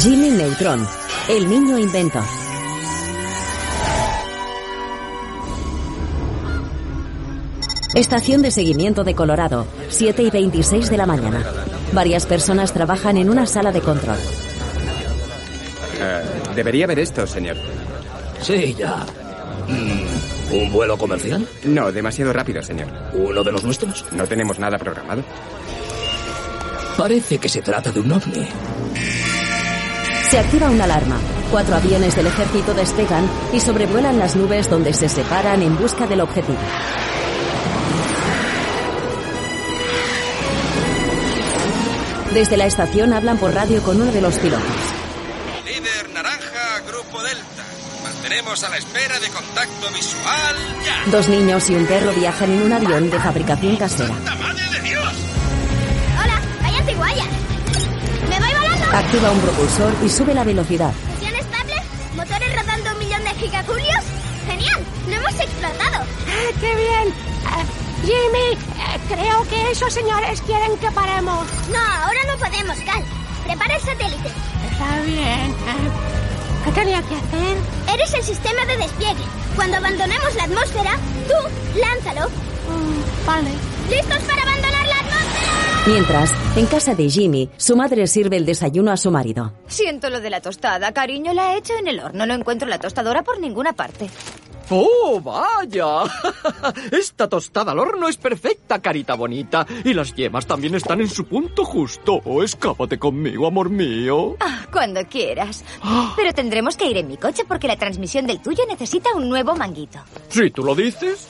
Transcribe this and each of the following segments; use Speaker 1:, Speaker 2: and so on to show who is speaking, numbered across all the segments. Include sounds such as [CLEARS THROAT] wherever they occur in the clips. Speaker 1: Jimmy Neutron, el niño inventor. Estación de seguimiento de Colorado, 7 y 26 de la mañana. Varias personas trabajan en una sala de control.
Speaker 2: Eh, debería ver esto, señor.
Speaker 3: Sí, ya. Mm, ¿Un vuelo comercial?
Speaker 2: No, demasiado rápido, señor.
Speaker 3: ¿Uno de los nuestros?
Speaker 2: No tenemos nada programado.
Speaker 3: Parece que se trata de un ovni.
Speaker 1: Se activa una alarma. Cuatro aviones del ejército despegan y sobrevuelan las nubes donde se separan en busca del objetivo. Desde la estación hablan por radio con uno de los pilotos.
Speaker 4: Líder naranja, grupo Delta. Mantenemos a la espera de contacto visual ya.
Speaker 1: Dos niños y un perro viajan en un avión de fabricación casera.
Speaker 4: ¡Santa madre de Dios!
Speaker 5: Hola, cállate guaya. ¿Me voy volando?
Speaker 1: Activa un propulsor y sube la velocidad.
Speaker 5: ¿Presión estable? ¿Motores rodando un millón de gigaculios? ¡Genial! ¡Lo hemos explotado!
Speaker 6: ¡Ah, qué bien! Ah, Jimmy, eh, creo que esos señores quieren que paremos.
Speaker 5: No, ahora no podemos, Cal. Prepara el satélite.
Speaker 6: Está bien. eh. ¿Qué tenía que hacer?
Speaker 5: Eres el sistema de despliegue. Cuando abandonemos la atmósfera, tú lánzalo.
Speaker 6: Mm, vale.
Speaker 5: ¿Listos para abandonar la atmósfera?
Speaker 1: Mientras, en casa de Jimmy, su madre sirve el desayuno a su marido.
Speaker 7: Siento lo de la tostada, cariño, la he hecho en el horno. No encuentro la tostadora por ninguna parte.
Speaker 8: ¡Oh, vaya! [LAUGHS] Esta tostada al horno es perfecta, carita bonita. Y las yemas también están en su punto justo. Oh, escápate conmigo, amor mío.
Speaker 7: Ah, cuando quieras. Pero tendremos que ir en mi coche porque la transmisión del tuyo necesita un nuevo manguito.
Speaker 8: Si tú lo dices.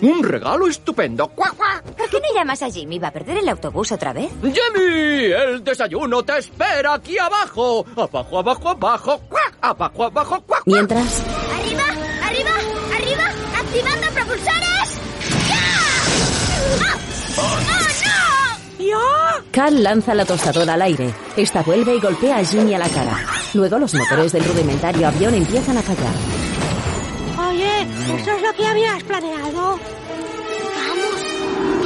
Speaker 8: Un regalo estupendo. ¡Cuac, cuac!
Speaker 7: ¿Por qué no llamas a Jimmy? ¿Va a perder el autobús otra vez?
Speaker 8: ¡Jimmy! ¡El desayuno te espera aquí abajo! ¡Abajo, abajo, abajo! ¡Cuac! ¡Abajo, abajo, cuac! cuac!
Speaker 1: Mientras,
Speaker 5: ¡Arriba, arriba, arriba! ¡Activando propulsores! ¡Ya! ¡Ah! ¡Oh, no!
Speaker 1: Cal lanza la tostadora al aire. Esta vuelve y golpea a Jimmy a la cara. Luego los motores del rudimentario avión empiezan a fallar.
Speaker 6: Oye, ¿eso es lo que habías planeado?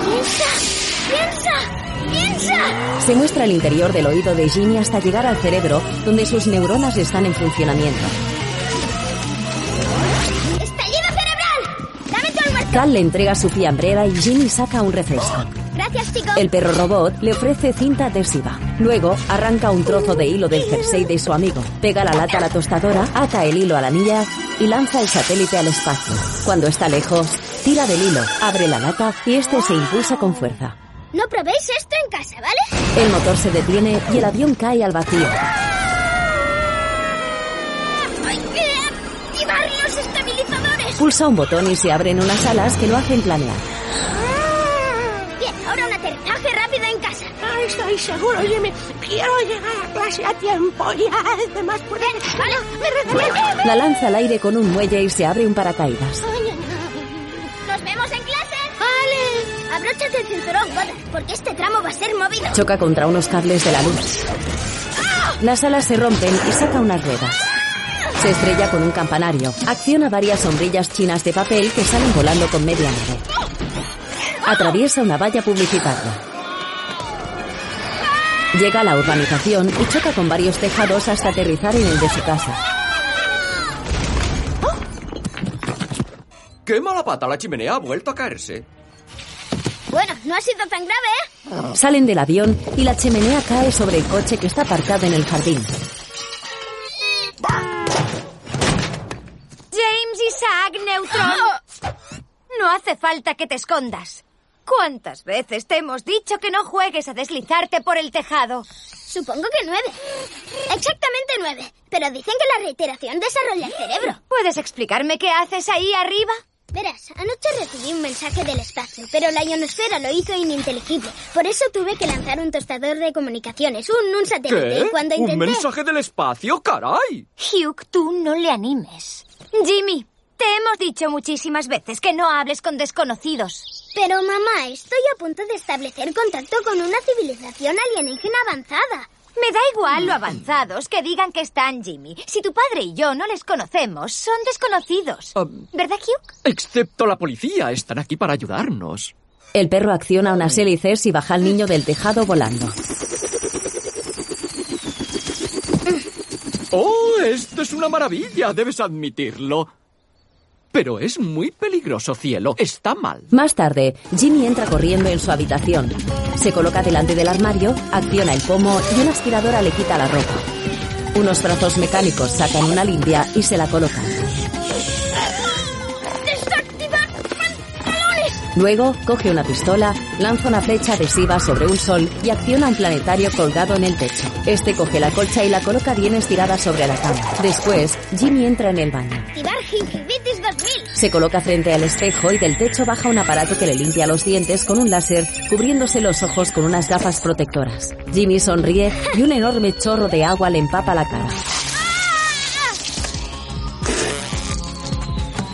Speaker 5: ¡Piensa! ¡Piensa! ¡Piensa!
Speaker 1: Se muestra el interior del oído de Jimmy hasta llegar al cerebro, donde sus neuronas están en funcionamiento.
Speaker 5: ¡Estallido cerebral! ¡Dame tu almuerzo!
Speaker 1: Cal le entrega su fiambrera y Jimmy saca un refresco.
Speaker 5: Gracias, chico.
Speaker 1: El perro robot le ofrece cinta adhesiva. Luego arranca un trozo de hilo del jersey de su amigo, pega la lata a la tostadora, ata el hilo a la anilla y lanza el satélite al espacio. Cuando está lejos, tira del hilo, abre la lata y este se impulsa con fuerza.
Speaker 5: No probéis esto en casa, ¿vale?
Speaker 1: El motor se detiene y el avión cae al vacío.
Speaker 5: ¡Ay, qué! ¡Activar los estabilizadores!
Speaker 1: Pulsa un botón y se abren unas alas que lo hacen planear.
Speaker 5: Mm, Bien, ahora un aterrizaje rápido en casa.
Speaker 6: Ah, estoy seguro, Jimmy. Quiero llegar a clase a tiempo y además puede...
Speaker 5: ¡Hola! ¡Me recuerdo!
Speaker 1: La lanza al aire con un muelle y se abre un paracaídas.
Speaker 5: ¡Nos vemos en clase! ¡Vale! Abróchate el cinturón, Goddard, porque este tramo va a ser movido.
Speaker 1: Choca contra unos cables de la luz. Las alas se rompen y saca unas ruedas. Se estrella con un campanario. Acciona varias sombrillas chinas de papel que salen volando con media nave. Atraviesa una valla publicitaria. Llega a la urbanización y choca con varios tejados hasta aterrizar en el de su casa.
Speaker 8: ¡Quema la pata! La chimenea ha vuelto a caerse.
Speaker 5: Bueno, no ha sido tan grave, ¿eh?
Speaker 1: Salen del avión y la chimenea cae sobre el coche que está aparcado en el jardín.
Speaker 7: James Isaac Neutron. Ah. No hace falta que te escondas. ¿Cuántas veces te hemos dicho que no juegues a deslizarte por el tejado?
Speaker 5: Supongo que nueve. Exactamente nueve. Pero dicen que la reiteración desarrolla el cerebro.
Speaker 7: ¿Puedes explicarme qué haces ahí arriba?
Speaker 5: Verás, anoche recibí un mensaje del espacio, pero la ionosfera lo hizo ininteligible. Por eso tuve que lanzar un tostador de comunicaciones, un, un satélite.
Speaker 8: ¿Qué?
Speaker 5: Y cuando
Speaker 8: ¿Un
Speaker 5: intenté...
Speaker 8: mensaje del espacio? ¡Caray!
Speaker 7: Hugh, tú no le animes. Jimmy, te hemos dicho muchísimas veces que no hables con desconocidos.
Speaker 5: Pero mamá, estoy a punto de establecer contacto con una civilización alienígena avanzada.
Speaker 7: Me da igual lo avanzados que digan que están Jimmy. Si tu padre y yo no les conocemos, son desconocidos.
Speaker 8: Um.
Speaker 7: ¿Verdad, Hugh?
Speaker 8: Excepto la policía. Están aquí para ayudarnos.
Speaker 1: El perro acciona unas hélices y baja al niño del tejado volando.
Speaker 8: ¡Oh, esto es una maravilla! Debes admitirlo. Pero es muy peligroso, cielo. Está mal.
Speaker 1: Más tarde, Jimmy entra corriendo en su habitación. Se coloca delante del armario, acciona el pomo y una aspiradora le quita la ropa. Unos brazos mecánicos sacan una limpia y se la colocan.
Speaker 5: ¡Desactivar pantalones!
Speaker 1: Luego, coge una pistola, lanza una flecha adhesiva sobre un sol y acciona un planetario colgado en el techo. Este coge la colcha y la coloca bien estirada sobre la cama. Después, Jimmy entra en el baño.
Speaker 5: Activar gingivitis 2000.
Speaker 1: Se coloca frente al espejo y del techo baja un aparato que le limpia los dientes con un láser, cubriéndose los ojos con unas gafas protectoras. Jimmy sonríe y un enorme chorro de agua le empapa la cara.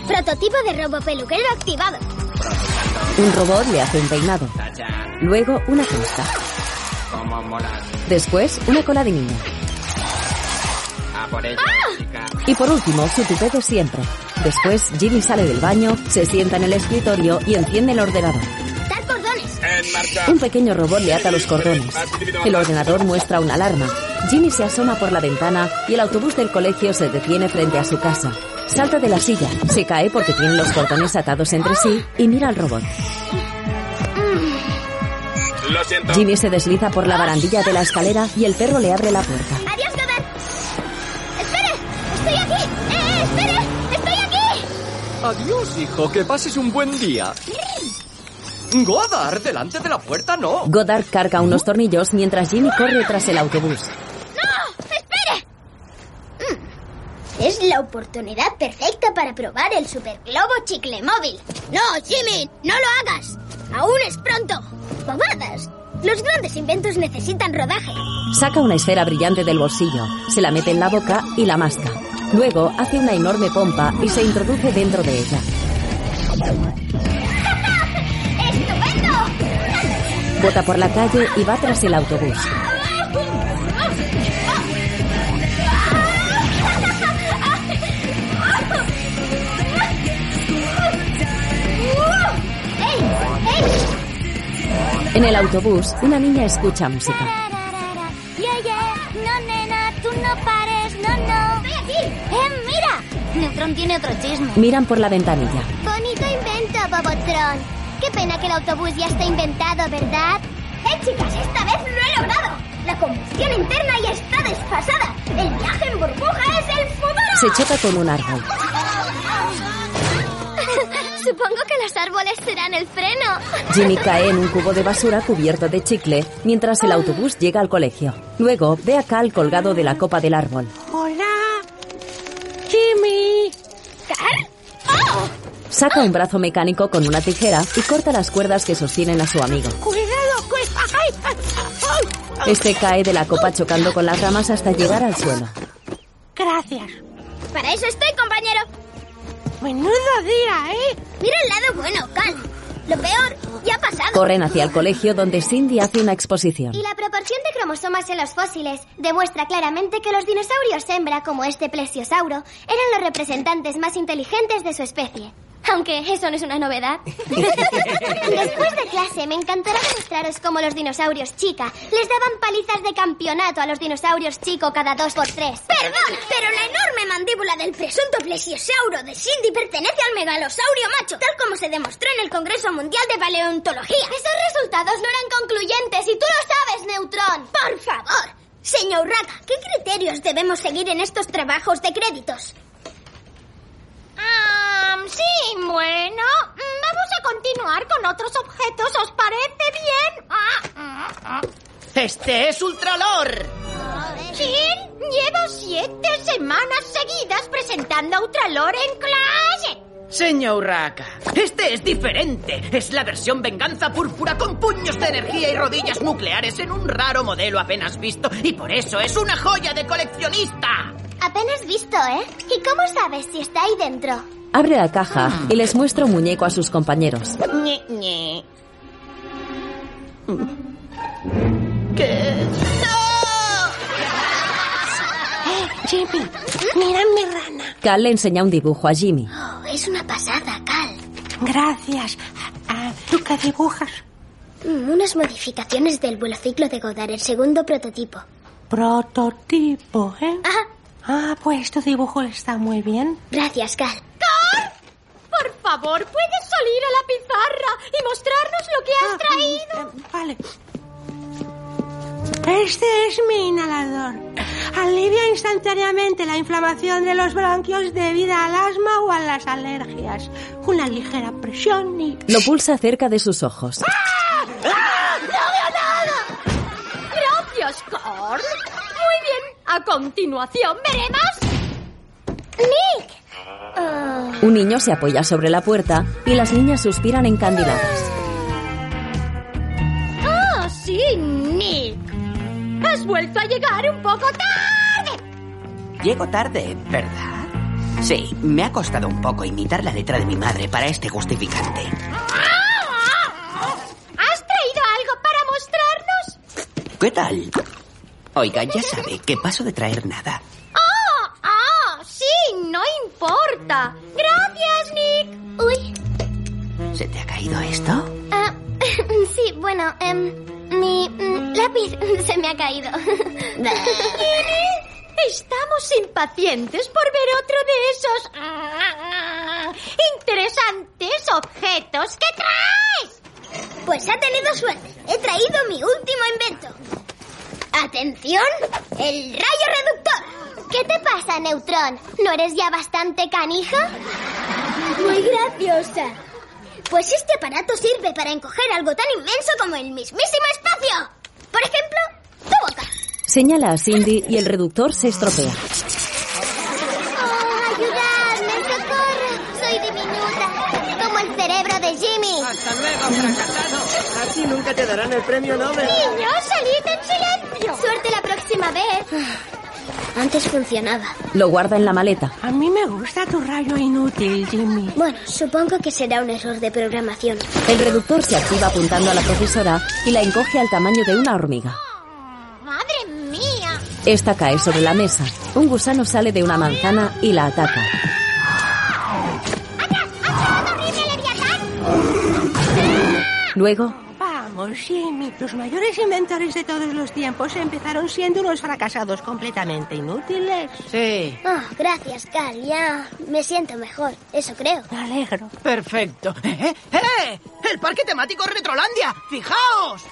Speaker 5: Prototipo de robo peluquero activado.
Speaker 1: Un robot le hace un peinado. Luego una cresta. Después una cola de niño.
Speaker 9: Ah.
Speaker 1: Y por último, su tupé de siempre. Después, Jimmy sale del baño, se sienta en el escritorio y enciende el ordenador.
Speaker 5: Tal cordones.
Speaker 4: En marcha.
Speaker 1: Un pequeño robot le ata los cordones. El ordenador muestra una alarma. Jimmy se asoma por la ventana y el autobús del colegio se detiene frente a su casa. Salta de la silla, se cae porque tiene los cordones atados entre sí y mira al robot.
Speaker 4: Lo siento.
Speaker 1: Jimmy se desliza por la barandilla de la escalera y el perro le abre la puerta.
Speaker 5: Adiós, Gober. ¡Espere! ¡Estoy aquí! ¡Eh, eh, espere! ¡Estoy aquí!
Speaker 8: Adiós, hijo. Que pases un buen día. Godard, delante de la puerta no.
Speaker 1: Goddard carga unos tornillos mientras Jimmy corre tras el autobús.
Speaker 5: ¡No! ¡Espere! Mm. Es la oportunidad perfecta para probar el superglobo chicle móvil. ¡No, Jimmy! ¡No lo hagas! ¡Aún es pronto! ¡Bobadas! Los grandes inventos necesitan rodaje.
Speaker 1: Saca una esfera brillante del bolsillo, se la mete en la boca y la masca. Luego hace una enorme pompa y se introduce dentro de ella.
Speaker 5: ¡Estupendo!
Speaker 1: Bota por la calle y va tras el autobús.
Speaker 5: ¡Ey! ¡Ey!
Speaker 1: En el autobús, una niña escucha música.
Speaker 5: Yeah, yeah. No, nena, tú no pares, no, no. ¡Estoy aquí! ¡Eh, mira! Neutron tiene otro chisme.
Speaker 1: Miran por la ventanilla.
Speaker 5: Bonito invento, Bobotron. Qué pena que el autobús ya está inventado, ¿verdad? ¡Eh, chicas! ¡Esta vez lo he logrado! La combustión interna ya está desfasada. El viaje en burbuja es el futuro.
Speaker 1: Se choca con un árbol.
Speaker 5: [LAUGHS] Supongo que los árboles serán el freno.
Speaker 1: Jimmy cae en un cubo de basura cubierto de chicle mientras el autobús llega al colegio. Luego ve a Cal colgado de la copa del árbol.
Speaker 6: Hola. Jimmy.
Speaker 1: Saca un brazo mecánico con una tijera y corta las cuerdas que sostienen a su amigo.
Speaker 6: Cuidado, cuidado. Ay, ay, ay.
Speaker 1: Este cae de la copa chocando con las ramas hasta llegar al suelo.
Speaker 6: Gracias.
Speaker 5: Para eso estoy, compañero.
Speaker 6: Menudo día, ¿eh?
Speaker 5: Mira el lado bueno, Cal. Lo peor ya ha pasado.
Speaker 1: Corren hacia el colegio donde Cindy hace una exposición.
Speaker 5: Y la proporción de cromosomas en los fósiles demuestra claramente que los dinosaurios hembra, como este plesiosauro, eran los representantes más inteligentes de su especie. Aunque eso no es una novedad. Después de clase, me encantará demostraros cómo los dinosaurios chica les daban palizas de campeonato a los dinosaurios chico cada dos por tres. Perdona, pero la enorme mandíbula del presunto plesiosauro de Cindy pertenece al megalosaurio macho, tal como se demostró en el Congreso Mundial de Paleontología. Esos resultados no eran concluyentes y tú lo sabes, Neutrón. Por favor. Señor Rata, ¿qué criterios debemos seguir en estos trabajos de créditos?
Speaker 6: sí, bueno. mm, Vamos a continuar con otros objetos. ¿Os parece bien? Ah,
Speaker 10: Este es Ultralor.
Speaker 6: Bien, llevo siete semanas seguidas presentando a Ultralor en clase.
Speaker 10: Señor Urraca, este es diferente. Es la versión venganza púrpura con puños de energía y rodillas nucleares en un raro modelo apenas visto y por eso es una joya de coleccionista.
Speaker 5: Apenas visto, ¿eh? ¿Y cómo sabes si está ahí dentro?
Speaker 1: Abre la caja y les muestra un muñeco a sus compañeros.
Speaker 10: Ñe, Ñe. ¿Qué?
Speaker 6: Eh, Jimmy, mira mi rana.
Speaker 1: Cal le enseña un dibujo a Jimmy.
Speaker 5: Oh, es una pasada, Cal.
Speaker 6: Gracias. Ah, ¿Tú qué dibujas?
Speaker 5: Mm, unas modificaciones del vuelociclo de Godard, el segundo prototipo.
Speaker 6: Prototipo, ¿eh?
Speaker 5: Ajá.
Speaker 11: Ah, pues tu dibujo está muy bien.
Speaker 5: Gracias, Cal.
Speaker 6: ¡Car! Por favor, ¿puedes salir a la pizarra y mostrarnos lo que
Speaker 11: Ah,
Speaker 6: has traído?
Speaker 11: Vale. Este es mi inhalador. Alivia instantáneamente la inflamación de los bronquios debido al asma o a las alergias. Una ligera presión y...
Speaker 1: Lo pulsa cerca de sus ojos.
Speaker 5: ¡Ah!
Speaker 6: Gracias, Car. Muy bien. A continuación, veremos.
Speaker 5: ¡Nick!
Speaker 1: Un niño se apoya sobre la puerta y las niñas suspiran encandiladas.
Speaker 6: ¡Oh, sí, Nick! Has vuelto a llegar un poco tarde.
Speaker 9: Llego tarde, ¿verdad? Sí, me ha costado un poco imitar la letra de mi madre para este justificante.
Speaker 6: Ah. ¿Has traído algo para mostrarnos?
Speaker 9: ¿Qué tal? Oiga, ya sabe que paso de traer nada.
Speaker 6: ¡Oh! ¡Ah! Sí, no importa. Gracias, Nick.
Speaker 5: Uy.
Speaker 9: ¿Se te ha caído esto?
Speaker 5: ah, [LAUGHS] sí, bueno, em, mi mm, lápiz [LAUGHS] se me
Speaker 9: [LAUGHS]
Speaker 5: ha caído.
Speaker 6: Estamos impacientes por ver otro de esos ah, [LAUGHS] interesantes objetos que traes.
Speaker 5: Pues ha tenido suerte. He traído mi último invento. Atención, el rayo reductor. ¿Qué te pasa, Neutrón? ¿No eres ya bastante canija? Muy graciosa. Pues este aparato sirve para encoger algo tan inmenso como el mismísimo espacio. Por ejemplo, tu boca.
Speaker 1: Señala a Cindy y el reductor se estropea.
Speaker 5: ¡Oh, ayudadme, socorro! Soy diminuta, como el cerebro de Jimmy.
Speaker 12: ¡Hasta luego, fracasado! Así nunca te darán el premio Nobel.
Speaker 5: Niños, salid en silencio. Suerte la próxima vez. Antes funcionaba.
Speaker 1: Lo guarda en la maleta.
Speaker 11: A mí me gusta tu rayo inútil, Jimmy.
Speaker 5: Bueno, supongo que será un error de programación.
Speaker 1: El reductor se activa apuntando a la profesora y la encoge al tamaño de una hormiga.
Speaker 6: ¡Madre mía!
Speaker 1: Esta cae sobre la mesa. Un gusano sale de una manzana y la ataca. Luego,
Speaker 11: Vamos, Jimmy. Los mayores inventores de todos los tiempos empezaron siendo unos fracasados completamente inútiles.
Speaker 10: Sí,
Speaker 5: Oh, gracias, Cal. Ya me siento mejor. Eso creo.
Speaker 11: Me alegro.
Speaker 10: perfecto. [LAUGHS] ¡Eh! ¡Eh! ¡El parque temático Retrolandia! ¡Fijaos!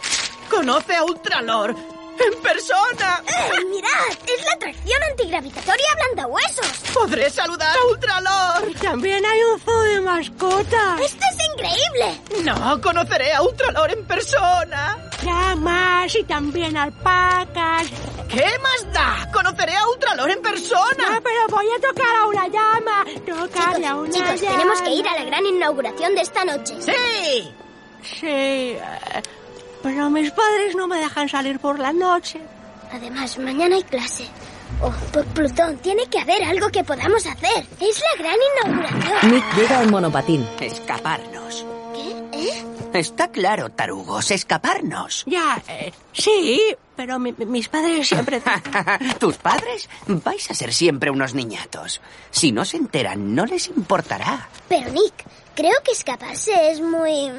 Speaker 10: ¡Conoce a Ultralor! ¡En persona!
Speaker 5: ¡Eh, mirad! Es la atracción antigravitatoria blanda huesos.
Speaker 10: ¡Podré saludar a Ultralor!
Speaker 11: Y también hay un zoo de mascotas.
Speaker 5: ¡Esto es increíble!
Speaker 10: No, conoceré a Ultralor en persona.
Speaker 11: Llamas y también alpacas.
Speaker 10: ¿Qué más da? ¡Conoceré a Ultralor en
Speaker 11: No,
Speaker 10: persona!
Speaker 11: pero voy a tocar a una llama. Tocarle a una
Speaker 5: Chicos,
Speaker 11: llama.
Speaker 5: tenemos que ir a la gran inauguración de esta noche.
Speaker 10: ¡Sí!
Speaker 11: Sí, eh, pero mis padres no me dejan salir por la noche.
Speaker 5: Además, mañana hay clase. Oh, por Plutón, tiene que haber algo que podamos hacer. Es la gran inauguración.
Speaker 1: Nick llega en monopatín.
Speaker 9: Escaparnos.
Speaker 5: ¿Qué? ¿Eh?
Speaker 9: Está claro, tarugos, escaparnos.
Speaker 11: Ya, eh, sí, pero mi- mi- mis padres siempre...
Speaker 9: [LAUGHS] ¿Tus padres? Vais a ser siempre unos niñatos. Si no se enteran, no les importará.
Speaker 5: Pero Nick, creo que escaparse es muy...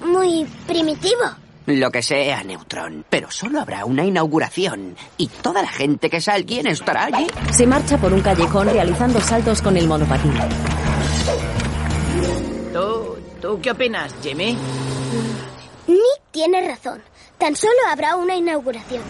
Speaker 5: muy primitivo.
Speaker 9: Lo que sea, Neutron. Pero solo habrá una inauguración. Y toda la gente que es alguien estará allí.
Speaker 1: Se marcha por un callejón realizando saltos con el monopatín.
Speaker 10: ¿Tú, ¿Tú qué opinas, Jimmy?
Speaker 5: Nick tiene razón. Tan solo habrá una inauguración.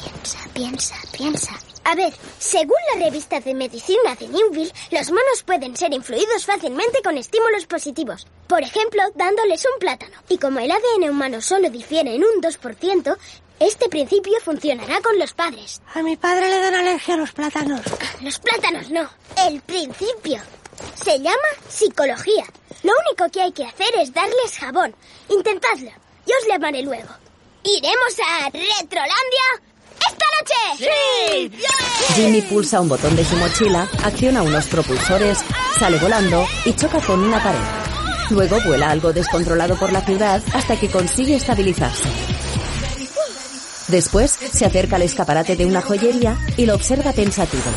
Speaker 5: Piensa, piensa, piensa, piensa. A ver, según la revista de medicina de Newville, los monos pueden ser influidos fácilmente con estímulos positivos. Por ejemplo, dándoles un plátano. Y como el ADN humano solo difiere en un 2%, este principio funcionará con los padres. Ah,
Speaker 11: A mi padre le dan alergia a los plátanos.
Speaker 5: Los plátanos no. El principio. Se llama psicología. Lo único que hay que hacer es darles jabón. Intentadlo. Yo os llamaré luego. Iremos a Retrolandia esta noche. Sí.
Speaker 1: Jimmy pulsa un botón de su mochila, acciona unos propulsores, sale volando y choca con una pared. Luego vuela algo descontrolado por la ciudad hasta que consigue estabilizarse. Después se acerca al escaparate de una joyería y lo observa pensativo.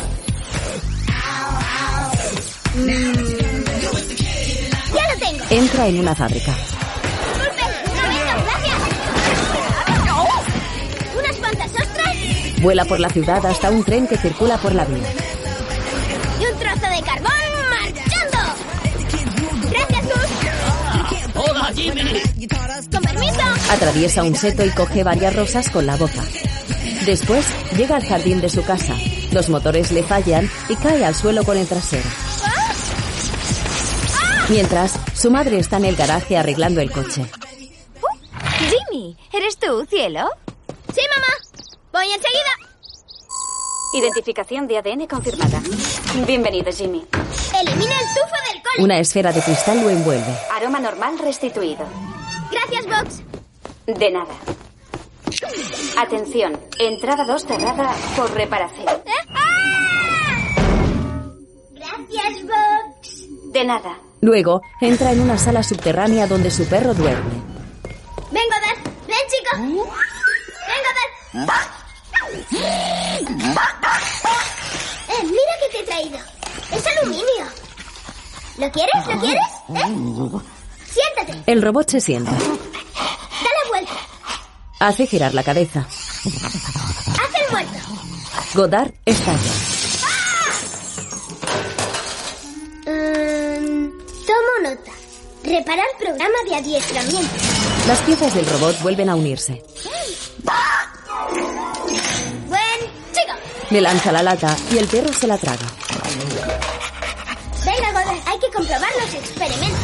Speaker 5: Ya lo tengo.
Speaker 1: Entra en una fábrica.
Speaker 5: Disculpen. Momento, gracias. Unas cuantas ostras.
Speaker 1: Vuela por la ciudad hasta un tren que circula por la vía.
Speaker 6: ¡Y un trozo de carbón marchando! ¡Gracias, Gus!
Speaker 10: ¡Hola, Jimmy!
Speaker 6: ¡Con permiso!
Speaker 1: Atraviesa un seto y coge varias rosas con la boca. Después llega al jardín de su casa. Los motores le fallan y cae al suelo con el trasero. Mientras, su madre está en el garaje arreglando el coche.
Speaker 7: Jimmy, ¿eres tú, cielo?
Speaker 6: Sí, mamá. Voy enseguida.
Speaker 13: Identificación de ADN confirmada. Bienvenido, Jimmy.
Speaker 6: Elimina el tufo del cole.
Speaker 1: Una esfera de cristal lo envuelve.
Speaker 13: Aroma normal restituido.
Speaker 6: Gracias, Box.
Speaker 13: De nada. Atención, entrada 2 cerrada por reparación.
Speaker 6: ¿Eh? Gracias, Box.
Speaker 13: De nada.
Speaker 1: Luego, entra en una sala subterránea donde su perro duerme.
Speaker 6: Vengo, Dad. Ven, chico. Vengo, Dad.
Speaker 5: Eh, mira que te he traído. Es aluminio.
Speaker 6: ¿Lo quieres? ¿Lo quieres?
Speaker 5: Siéntate,
Speaker 1: El robot se sienta.
Speaker 5: da la vuelta.
Speaker 1: Hace girar la cabeza.
Speaker 5: Haz el muerto.
Speaker 1: Godard estalla.
Speaker 5: Mm, tomo nota. Reparar programa de adiestramiento.
Speaker 1: Las piezas del robot vuelven a unirse.
Speaker 5: Buen chico.
Speaker 1: Le lanza la lata y el perro se la traga.
Speaker 5: Venga, Godard, hay que comprobar los experimentos.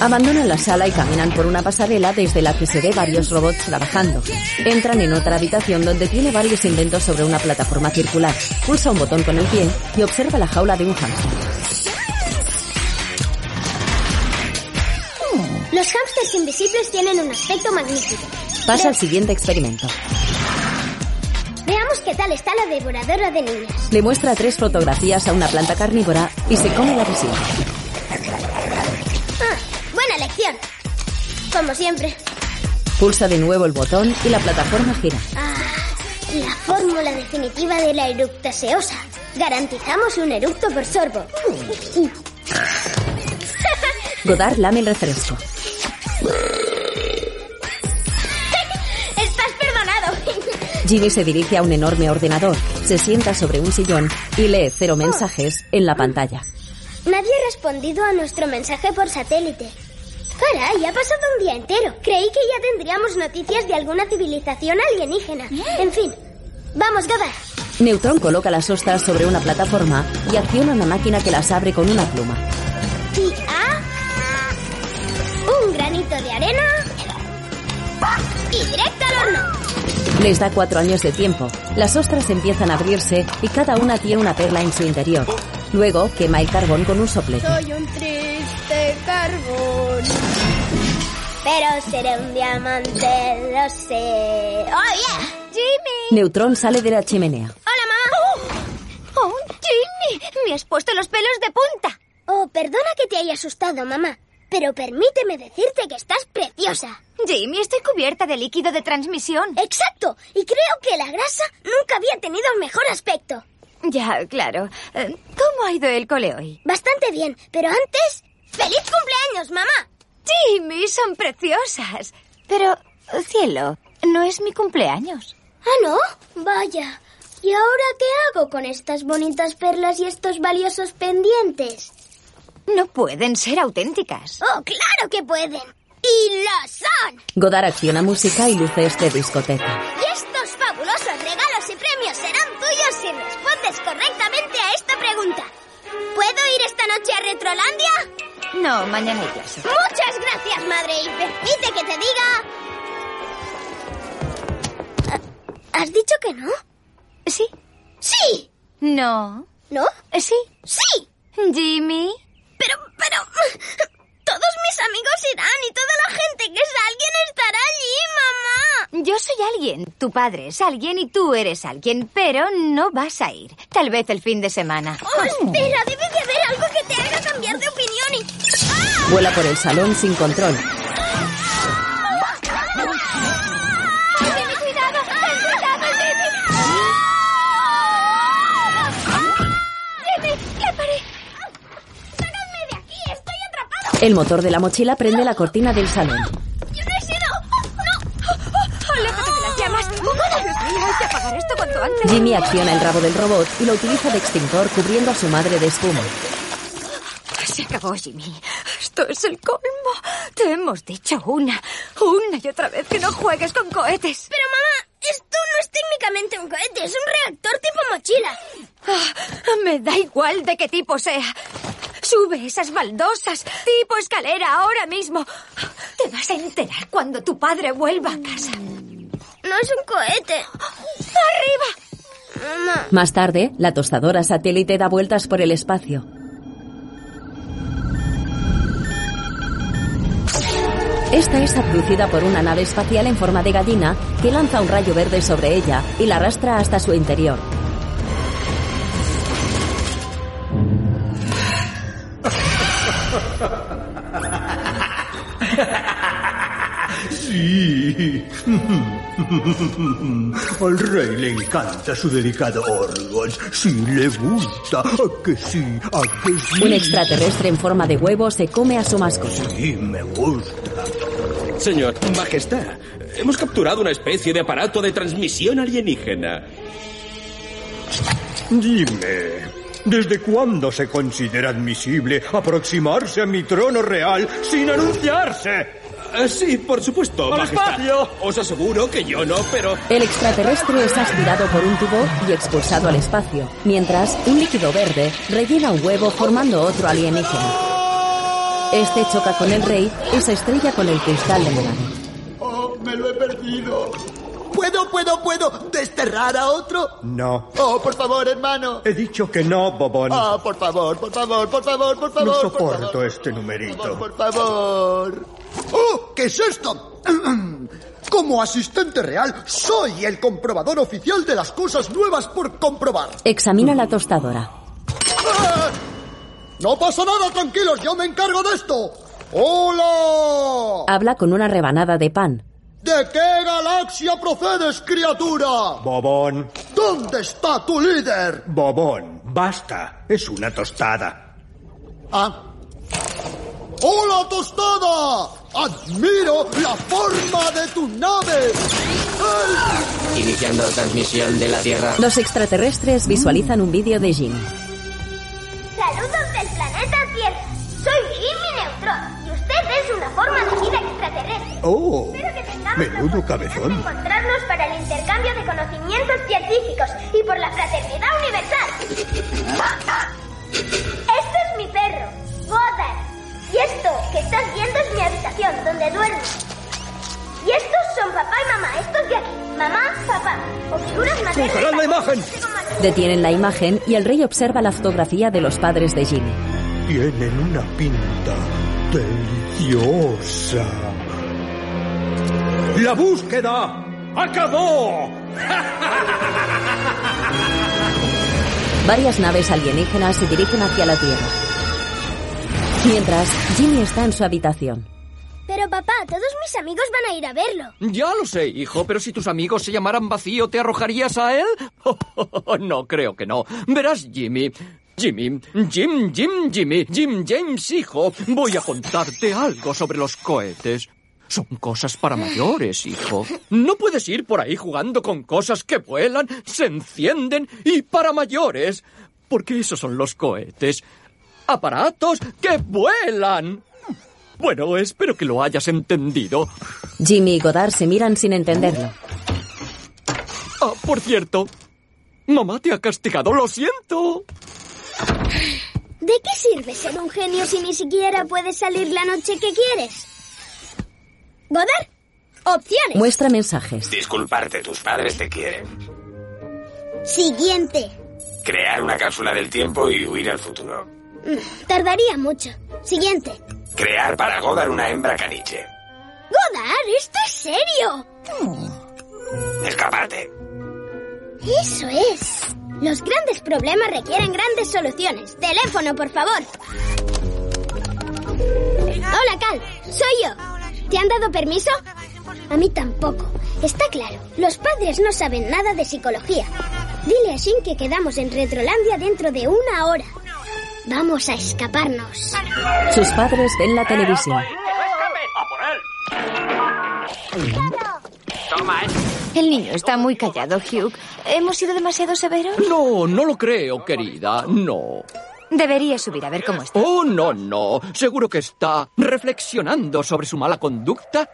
Speaker 1: Abandonan la sala y caminan por una pasarela desde la que se ve varios robots trabajando. Entran en otra habitación donde tiene varios inventos sobre una plataforma circular. Pulsa un botón con el pie y observa la jaula de un hámster.
Speaker 5: Los hámsters invisibles tienen un aspecto magnífico.
Speaker 1: Pasa al siguiente experimento.
Speaker 5: Veamos qué tal está la devoradora de niñas.
Speaker 1: Le muestra tres fotografías a una planta carnívora y se come la resina.
Speaker 5: Ah, buena lección. Como siempre.
Speaker 1: Pulsa de nuevo el botón y la plataforma gira.
Speaker 5: La fórmula definitiva de la eructaseosa. Garantizamos un eructo por sorbo.
Speaker 1: Godard lame el refresco.
Speaker 6: Estás perdonado.
Speaker 1: Jimmy se dirige a un enorme ordenador, se sienta sobre un sillón y lee cero mensajes en la pantalla.
Speaker 5: Nadie ha respondido a nuestro mensaje por satélite. Caray, ha pasado un día entero. Creí que ya tendríamos noticias de alguna civilización alienígena. En fin. Vamos, Godard.
Speaker 1: Neutron coloca las ostras sobre una plataforma y acciona una máquina que las abre con una pluma.
Speaker 5: Y ah, un granito de arena y directo al horno.
Speaker 1: Les da cuatro años de tiempo. Las ostras empiezan a abrirse y cada una tiene una perla en su interior. Luego quema el carbón con un soplete.
Speaker 6: Soy un triste carbón.
Speaker 5: Pero seré un diamante, lo sé. ¡Oh, yeah!
Speaker 6: Jimmy.
Speaker 1: Neutron sale de la chimenea.
Speaker 6: Hola, mamá.
Speaker 7: ¡Oh, Jimmy! Me has puesto los pelos de punta.
Speaker 5: Oh, perdona que te haya asustado, mamá. Pero permíteme decirte que estás preciosa.
Speaker 7: Jimmy, estoy cubierta de líquido de transmisión.
Speaker 5: Exacto. Y creo que la grasa nunca había tenido un mejor aspecto.
Speaker 7: Ya, claro. Eh, ¿Cómo ha ido el cole hoy?
Speaker 5: Bastante bien, pero antes... ¡Feliz cumpleaños, mamá!
Speaker 7: Jimmy, son preciosas. Pero, cielo, no es mi cumpleaños.
Speaker 5: ¿Ah, no? Vaya. ¿Y ahora qué hago con estas bonitas perlas y estos valiosos pendientes?
Speaker 7: No pueden ser auténticas.
Speaker 5: ¡Oh, claro que pueden! ¡Y lo son!
Speaker 1: Godard acciona música y luces de discoteca.
Speaker 5: Y estos fabulosos regalos y premios serán tuyos si respondes correctamente a esta pregunta. ¿Puedo ir esta noche a Retrolandia?
Speaker 7: No, mañana hay clase.
Speaker 5: Muchas gracias, madre, y permite que te diga... ¿Has dicho que no?
Speaker 7: Sí.
Speaker 5: ¡Sí!
Speaker 7: No.
Speaker 5: ¿No?
Speaker 7: Sí.
Speaker 5: ¡Sí!
Speaker 7: Jimmy.
Speaker 5: Pero, pero... Todos mis amigos irán y toda la gente que es alguien estará allí, mamá.
Speaker 7: Yo soy alguien, tu padre es alguien y tú eres alguien, pero no vas a ir. Tal vez el fin de semana.
Speaker 5: Oh, espera, debe de haber algo que te haga cambiar de opinión y... ¡Ah!
Speaker 1: Vuela por el salón sin control.
Speaker 7: Jimmy, cuidado, ten cuidado, Jimmy. Jimmy, la paré.
Speaker 5: ¡Sácame de aquí! ¡Estoy atrapado!
Speaker 1: El motor de la mochila prende la cortina del salón.
Speaker 5: ¡Yo no he sido! ¡No!
Speaker 7: Aléjate de las llamas. Dios mío, hay que apagar esto cuanto esto antes.
Speaker 1: Jimmy acciona el rabo del robot y lo utiliza de extintor cubriendo a su madre de espuma.
Speaker 7: Pues Se acabó, Jimmy. Esto es el colmo. Te hemos dicho una, una y otra vez que no juegues con cohetes. Pero mamá, esto no es técnicamente un cohete, es un reactor tipo mochila. Ah, me da igual de qué tipo sea. Sube esas baldosas, tipo escalera, ahora mismo. Te vas a enterar cuando tu padre vuelva a casa. No es un cohete. ¡Arriba! Mamá.
Speaker 1: Más tarde, la tostadora satélite da vueltas por el espacio. Esta es abducida por una nave espacial en forma de gallina que lanza un rayo verde sobre ella y la arrastra hasta su interior.
Speaker 14: Sí. [LAUGHS] Al rey le encanta su delicado órgano. Sí, le gusta. ¿A que sí? ¿A que sí?
Speaker 1: Un extraterrestre en forma de huevo se come a su mascota.
Speaker 14: Sí, me gusta.
Speaker 15: Señor, Majestad, hemos capturado una especie de aparato de transmisión alienígena.
Speaker 14: Dime, ¿desde cuándo se considera admisible aproximarse a mi trono real sin anunciarse?
Speaker 15: Eh, Sí, por supuesto,
Speaker 14: ¡Al
Speaker 15: Majestad.
Speaker 14: espacio!
Speaker 15: Os aseguro que yo no, pero...
Speaker 1: El extraterrestre es aspirado por un tubo y expulsado al espacio, mientras un líquido verde rellena un huevo formando otro alienígena. Este choca con el rey y se estrella con el cristal de la nave.
Speaker 16: Oh, me lo he perdido. ¿Puedo, puedo, puedo desterrar a otro?
Speaker 14: No.
Speaker 16: Oh, por favor, hermano.
Speaker 14: He dicho que no, Bobón.
Speaker 16: Ah, por favor, por favor, por favor, por favor.
Speaker 14: no
Speaker 16: por favor.
Speaker 14: soporto este numerito.
Speaker 16: Por favor.
Speaker 12: ¡Oh! ¿Qué es esto? [CLEARS THROAT] Como asistente real, soy el comprobador oficial de las cosas nuevas por comprobar. Ah,
Speaker 1: Examina la tostadora.
Speaker 12: No pasa nada, tranquilos, yo me encargo de esto. ¡Hola!
Speaker 1: Habla con una rebanada de pan.
Speaker 12: ¿De qué galaxia procedes, criatura?
Speaker 14: Bobón,
Speaker 12: ¿Dónde está tu líder?
Speaker 14: Bobón, basta. Es una tostada.
Speaker 12: Ah. ¡Hola, tostada! Admiro la forma de tu nave.
Speaker 17: Iniciando transmisión de la Tierra.
Speaker 1: Los extraterrestres visualizan un vídeo de Jim.
Speaker 5: Saludos del planeta Tierra. Soy Jimmy Neutron y usted es una forma de vida extraterrestre.
Speaker 14: Oh,
Speaker 5: que tengamos
Speaker 14: menudo cabezón.
Speaker 5: encontrarnos para el intercambio de conocimientos científicos y por la fraternidad universal. Este es mi perro, Godard. Y esto que estás viendo es mi habitación, donde duermo. Y estos son papá y mamá, estos de aquí. Mamá, papá. O figuras maternas.
Speaker 14: ¡Congelar la imagen!
Speaker 1: Detienen la imagen y el rey observa la fotografía de los padres de Jimmy.
Speaker 14: Tienen una pinta deliciosa. ¡La búsqueda acabó!
Speaker 1: Varias naves alienígenas se dirigen hacia la Tierra. Mientras, Jimmy está en su habitación.
Speaker 5: Pero papá, todos mis amigos van a ir a verlo.
Speaker 8: Ya lo sé, hijo, pero si tus amigos se llamaran vacío, ¿te arrojarías a él? [LAUGHS] Oh, no, creo que no. Verás, Jimmy. Jimmy, Jim, Jim, Jimmy, Jim James, hijo, voy a contarte algo sobre los cohetes. Son cosas para mayores, hijo. No puedes ir por ahí jugando con cosas que vuelan, se encienden y para mayores. Porque esos son los cohetes. Aparatos que vuelan. Bueno, espero que lo hayas entendido.
Speaker 1: Jimmy y Godard se miran sin entenderlo.
Speaker 8: Ah, por cierto, mamá te ha castigado, lo siento.
Speaker 5: ¿De qué sirve ser un genio si ni siquiera puedes salir la noche que quieres? Godard, opciones.
Speaker 1: Muestra mensajes.
Speaker 17: Disculparte, tus padres te quieren.
Speaker 5: Siguiente.
Speaker 17: Crear una cápsula del tiempo y huir al futuro.
Speaker 5: Mm, Tardaría mucho. Siguiente.
Speaker 17: Crear para Godar una hembra caniche.
Speaker 5: Godard, esto es serio.
Speaker 17: Escaparte.
Speaker 5: Eso es. Los grandes problemas requieren grandes soluciones. Teléfono, por favor. Hola, Cal. Soy yo. ¿Te han dado permiso? A mí tampoco. Está claro. Los padres no saben nada de psicología. Dile a Shin que quedamos en Retrolandia dentro de una hora. Vamos a escaparnos.
Speaker 1: Sus padres ven la televisión.
Speaker 17: Toma, ¿eh?
Speaker 7: El niño está muy callado, Hugh. ¿Hemos sido demasiado severos?
Speaker 8: No, Oh, no lo creo, querida. No.
Speaker 7: Debería subir a ver cómo está.
Speaker 8: Oh, no, no. Seguro que está reflexionando sobre su mala conducta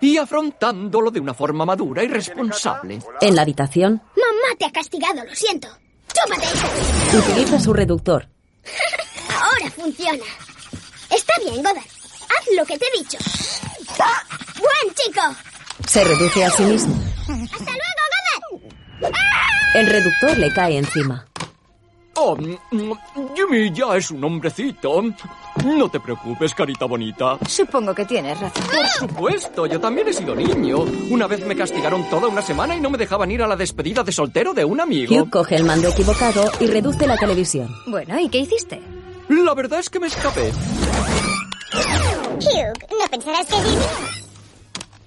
Speaker 8: y afrontándolo de una forma madura y responsable.
Speaker 1: En la habitación,
Speaker 6: Mamá te ha castigado, lo siento. ¡Chúpate!
Speaker 1: utiliza su reductor.
Speaker 6: Ahora funciona. Está bien, Goddard. Haz lo que te he dicho. ¡Buen chico!
Speaker 1: Se reduce a sí mismo.
Speaker 6: ¡Hasta luego, ¡Ah! Goddard!
Speaker 1: El reductor le cae encima.
Speaker 8: Oh, mm, Jimmy ya es un hombrecito. No te preocupes, carita bonita.
Speaker 7: Supongo que tienes razón.
Speaker 8: Por supuesto, yo también he sido niño. Una vez me castigaron toda una semana y no me dejaban ir a la despedida de soltero de un amigo.
Speaker 1: Hugh coge el mando equivocado y reduce la televisión.
Speaker 7: Bueno, ¿y qué hiciste?
Speaker 8: La verdad es que me escapé.
Speaker 6: Hugh, ¿no pensarás que Jimmy?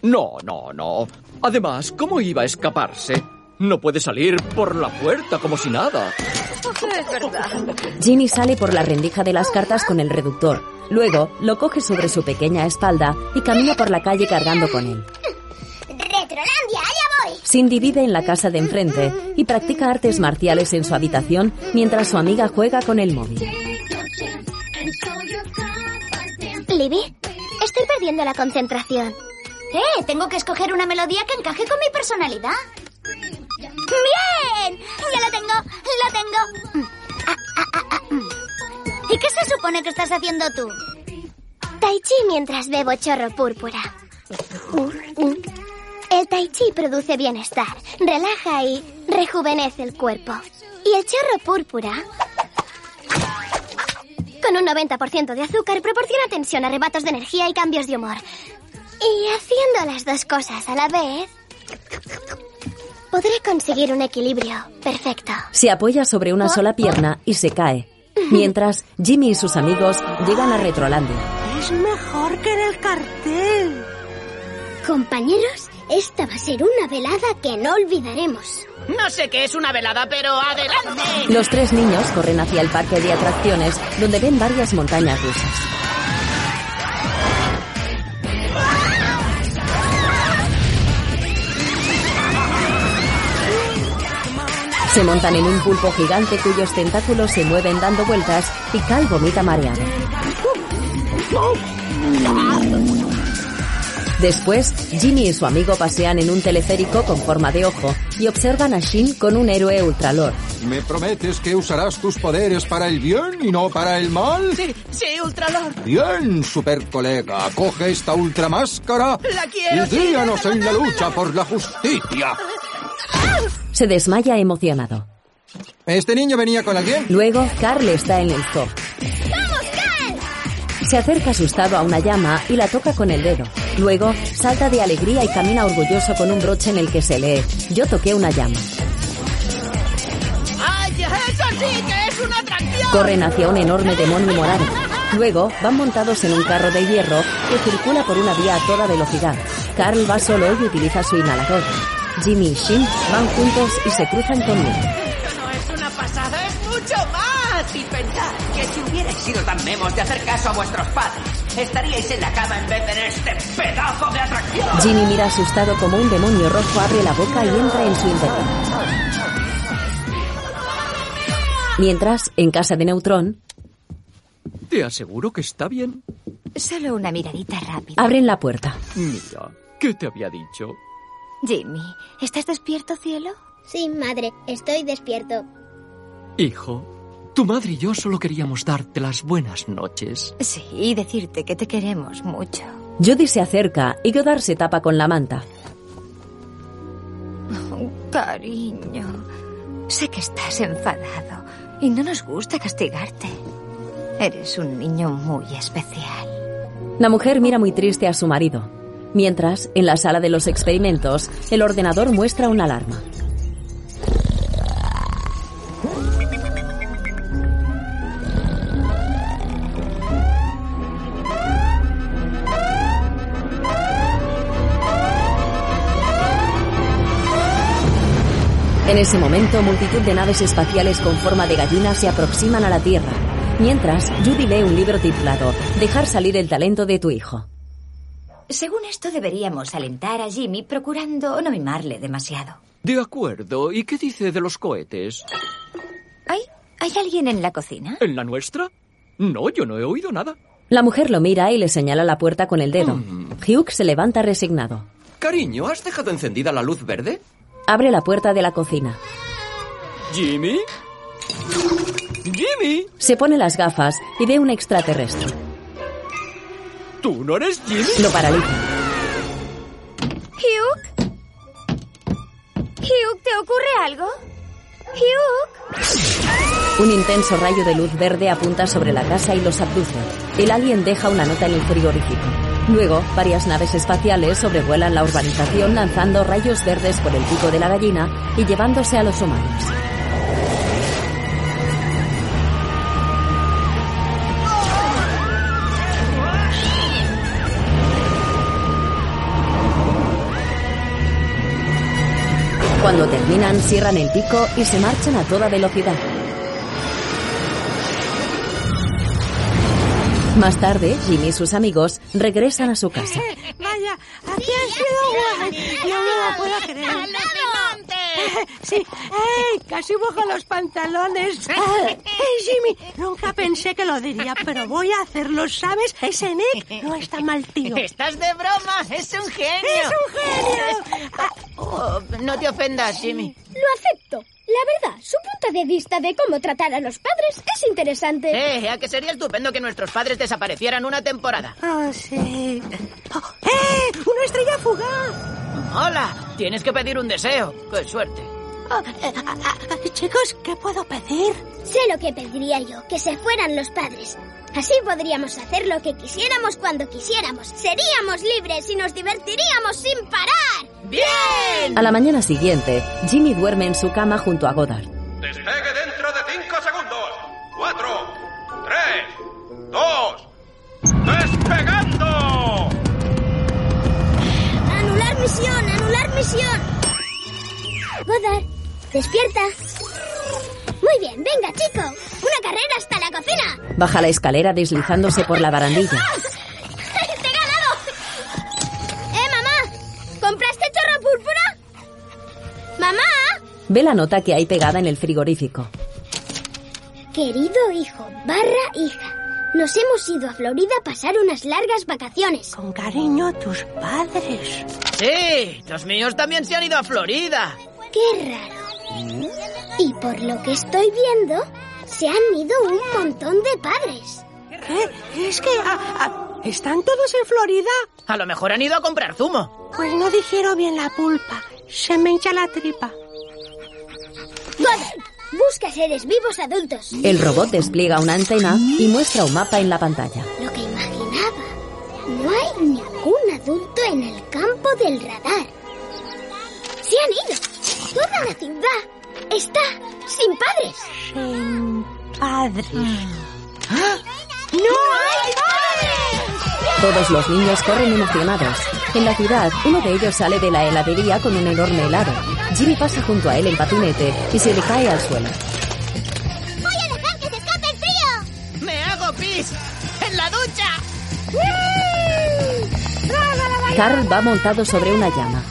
Speaker 8: No, no, no. Además, ¿cómo iba a escaparse? No puede salir por la puerta como si nada.
Speaker 7: Es verdad.
Speaker 1: Jimmy sale por la rendija de las cartas con el reductor. Luego lo coge sobre su pequeña espalda y camina por la calle cargando con él.
Speaker 6: ¡Retrolandia, allá voy!
Speaker 1: Cindy vive en la casa de enfrente y practica artes marciales en su habitación mientras su amiga juega con el móvil.
Speaker 5: Libby, estoy perdiendo la concentración. Eh, tengo que escoger una melodía que encaje con mi personalidad.
Speaker 6: ¡Bien! ¡Ya lo tengo! ¡Lo tengo! Mm. Ah, ah, ah, ah, mm. ¿Y qué se supone que estás haciendo tú?
Speaker 5: Tai chi mientras bebo chorro púrpura. Mm, El tai chi produce bienestar, relaja y rejuvenece el cuerpo. Y el chorro púrpura, con un 90% de azúcar, proporciona tensión, arrebatos de energía y cambios de humor.
Speaker 6: Y haciendo las dos cosas a la vez, podré conseguir un equilibrio perfecto.
Speaker 1: Se apoya sobre una sola pierna y se cae. Mientras, Jimmy y sus amigos llegan a Retrolandia.
Speaker 11: Es mejor que en el cartel.
Speaker 6: Compañeros, esta va a ser una velada que no olvidaremos.
Speaker 10: No sé qué es una velada, pero adelante.
Speaker 1: Los tres niños corren hacia el parque de atracciones donde ven varias montañas rusas. Se montan en un pulpo gigante cuyos tentáculos se mueven dando vueltas y Cal vomita mareado. Después, Jimmy y su amigo pasean en un teleférico con forma de ojo y observan a Shin con un héroe ultralor.
Speaker 18: ¿Me prometes que usarás tus poderes para el bien y no para el mal?
Speaker 10: Sí, sí, Ultralord.
Speaker 18: Bien, super colega. Coge esta ultramáscara
Speaker 10: La quiero,
Speaker 18: y guíanos en la lucha por la justicia.
Speaker 1: Se desmaya emocionado.
Speaker 18: ¿Este niño venía con alguien?
Speaker 1: Luego, Carl está en el zoo. Se acerca asustado a una llama y la toca con el dedo. Luego, salta de alegría y camina orgulloso con un broche en el que se lee Yo toqué una llama.
Speaker 10: ¡Ay, eso sí que es una atracción!
Speaker 1: Corren hacia un enorme demonio morado. Luego, van montados en un carro de hierro que circula por una vía a toda velocidad. Carl va solo y utiliza su inhalador. Jimmy y Shin van juntos y se cruzan con él.
Speaker 10: Esto no es una pasada, es mucho más. Y pensar
Speaker 9: Que si hubierais sido tan memos de hacer caso a vuestros padres, estaríais en la cama en vez de en este pedazo de atracción.
Speaker 1: Jimmy mira asustado como un demonio rojo abre la boca y entra en su interior. Mientras, en casa de Neutrón,
Speaker 8: Te aseguro que está bien.
Speaker 7: Solo una miradita rápida.
Speaker 1: abren la puerta.
Speaker 8: Mira, ¿qué te había dicho?
Speaker 7: Jimmy, ¿estás despierto, cielo?
Speaker 5: Sí, madre, estoy despierto.
Speaker 8: Hijo, tu madre y yo solo queríamos darte las buenas noches.
Speaker 7: Sí, y decirte que te queremos mucho.
Speaker 1: Jody se acerca y Godard se tapa con la manta.
Speaker 7: Oh, cariño, sé que estás enfadado y no nos gusta castigarte. Eres un niño muy especial.
Speaker 1: La mujer mira muy triste a su marido. Mientras, en la sala de los experimentos, el ordenador muestra una alarma. En ese momento, multitud de naves espaciales con forma de gallina se aproximan a la Tierra. Mientras, Judy lee un libro titulado Dejar salir el talento de tu hijo.
Speaker 7: Según esto, deberíamos alentar a Jimmy procurando no mimarle demasiado.
Speaker 8: De acuerdo. ¿Y qué dice de los cohetes?
Speaker 7: ¿Hay, ¿Hay alguien en la cocina?
Speaker 8: ¿En la nuestra? No, yo no he oído nada.
Speaker 1: La mujer lo mira y le señala la puerta con el dedo. Hugh se levanta resignado.
Speaker 8: Cariño, ¿has dejado encendida la luz verde?
Speaker 1: Abre la puerta de la cocina.
Speaker 8: ¿Jimmy? ¡Jimmy!
Speaker 1: Se pone las gafas y ve un extraterrestre.
Speaker 8: ¿Tú no eres Jimmy?
Speaker 1: Lo paraliza.
Speaker 19: ¿Hugh? ¿Hugh, te ocurre algo? ¿Hugh?
Speaker 1: Un intenso rayo de luz verde apunta sobre la casa y los abduce. El alien deja una nota en el frigorífico. Luego, varias naves espaciales sobrevuelan la urbanización lanzando rayos verdes por el pico de la gallina y llevándose a los humanos. Cuando terminan, cierran el pico y se marchan a toda velocidad. Más tarde, Jimmy y sus amigos regresan a su casa.
Speaker 11: Vaya, aquí ha sido guay. No me lo puedo creer. [LAUGHS] Sí, ¡Ey! Casi mojo los pantalones. ¡Ey, Jimmy! Nunca pensé que lo diría, pero voy a hacerlo, ¿sabes? Ese Nick no está mal, tío.
Speaker 10: ¡Estás de broma! ¡Es un genio!
Speaker 11: ¡Es un genio!
Speaker 10: Oh, no te ofendas, Jimmy.
Speaker 5: Lo acepto. La verdad, su punto de vista de cómo tratar a los padres es interesante.
Speaker 10: Eh, a que sería estupendo que nuestros padres desaparecieran una temporada.
Speaker 11: Ah, sí. Oh, ¡Eh! ¡Una estrella fugaz!
Speaker 10: Hola, tienes que pedir un deseo. Qué suerte.
Speaker 11: Oh, eh, ah, ah, chicos, ¿qué puedo pedir?
Speaker 5: Sé lo que pediría yo, que se fueran los padres. Así podríamos hacer lo que quisiéramos cuando quisiéramos. Seríamos libres y nos divertiríamos sin parar.
Speaker 10: ¡Bien!
Speaker 1: A la mañana siguiente, Jimmy duerme en su cama junto a Goddard.
Speaker 20: Despegue dentro de 5 segundos. 4, 3, 2. ¡Despegando!
Speaker 5: Anular misión, anular misión. Godard, despierta. Muy bien, venga, chico. Una carrera hasta la cocina.
Speaker 1: Baja la escalera deslizándose por la barandilla.
Speaker 5: [LAUGHS] ¡Te he ganado! ¡Eh, mamá! ¿Compraste chorro púrpura? ¡Mamá!
Speaker 1: Ve la nota que hay pegada en el frigorífico.
Speaker 5: Querido hijo, barra hija. Nos hemos ido a Florida a pasar unas largas vacaciones.
Speaker 11: Con cariño, tus padres.
Speaker 10: Sí, los míos también se han ido a Florida.
Speaker 5: Qué raro. Y por lo que estoy viendo, se han ido un montón de padres.
Speaker 11: ¿Qué? Es que... ah, ah, ¿Están todos en Florida?
Speaker 10: A lo mejor han ido a comprar zumo.
Speaker 11: Pues no dijeron bien la pulpa. Se me hincha la tripa.
Speaker 5: Goddard, busca seres vivos adultos.
Speaker 1: El robot despliega una antena y muestra un mapa en la pantalla.
Speaker 5: Lo que imaginaba. No hay ningún adulto en el campo del radar. Se han ido. Toda la ciudad está sin padres.
Speaker 11: Sin padres.
Speaker 5: ¡No, hay padres!
Speaker 1: Todos los niños corren emocionados. En la ciudad, uno de ellos sale de la heladería con un enorme helado. Jimmy pasa junto a él en patinete y se le cae al suelo.
Speaker 5: ¡Voy a dejar que se escape el frío!
Speaker 10: ¡Me hago pis! ¡En la ducha!
Speaker 1: Carl va montado sobre una llama.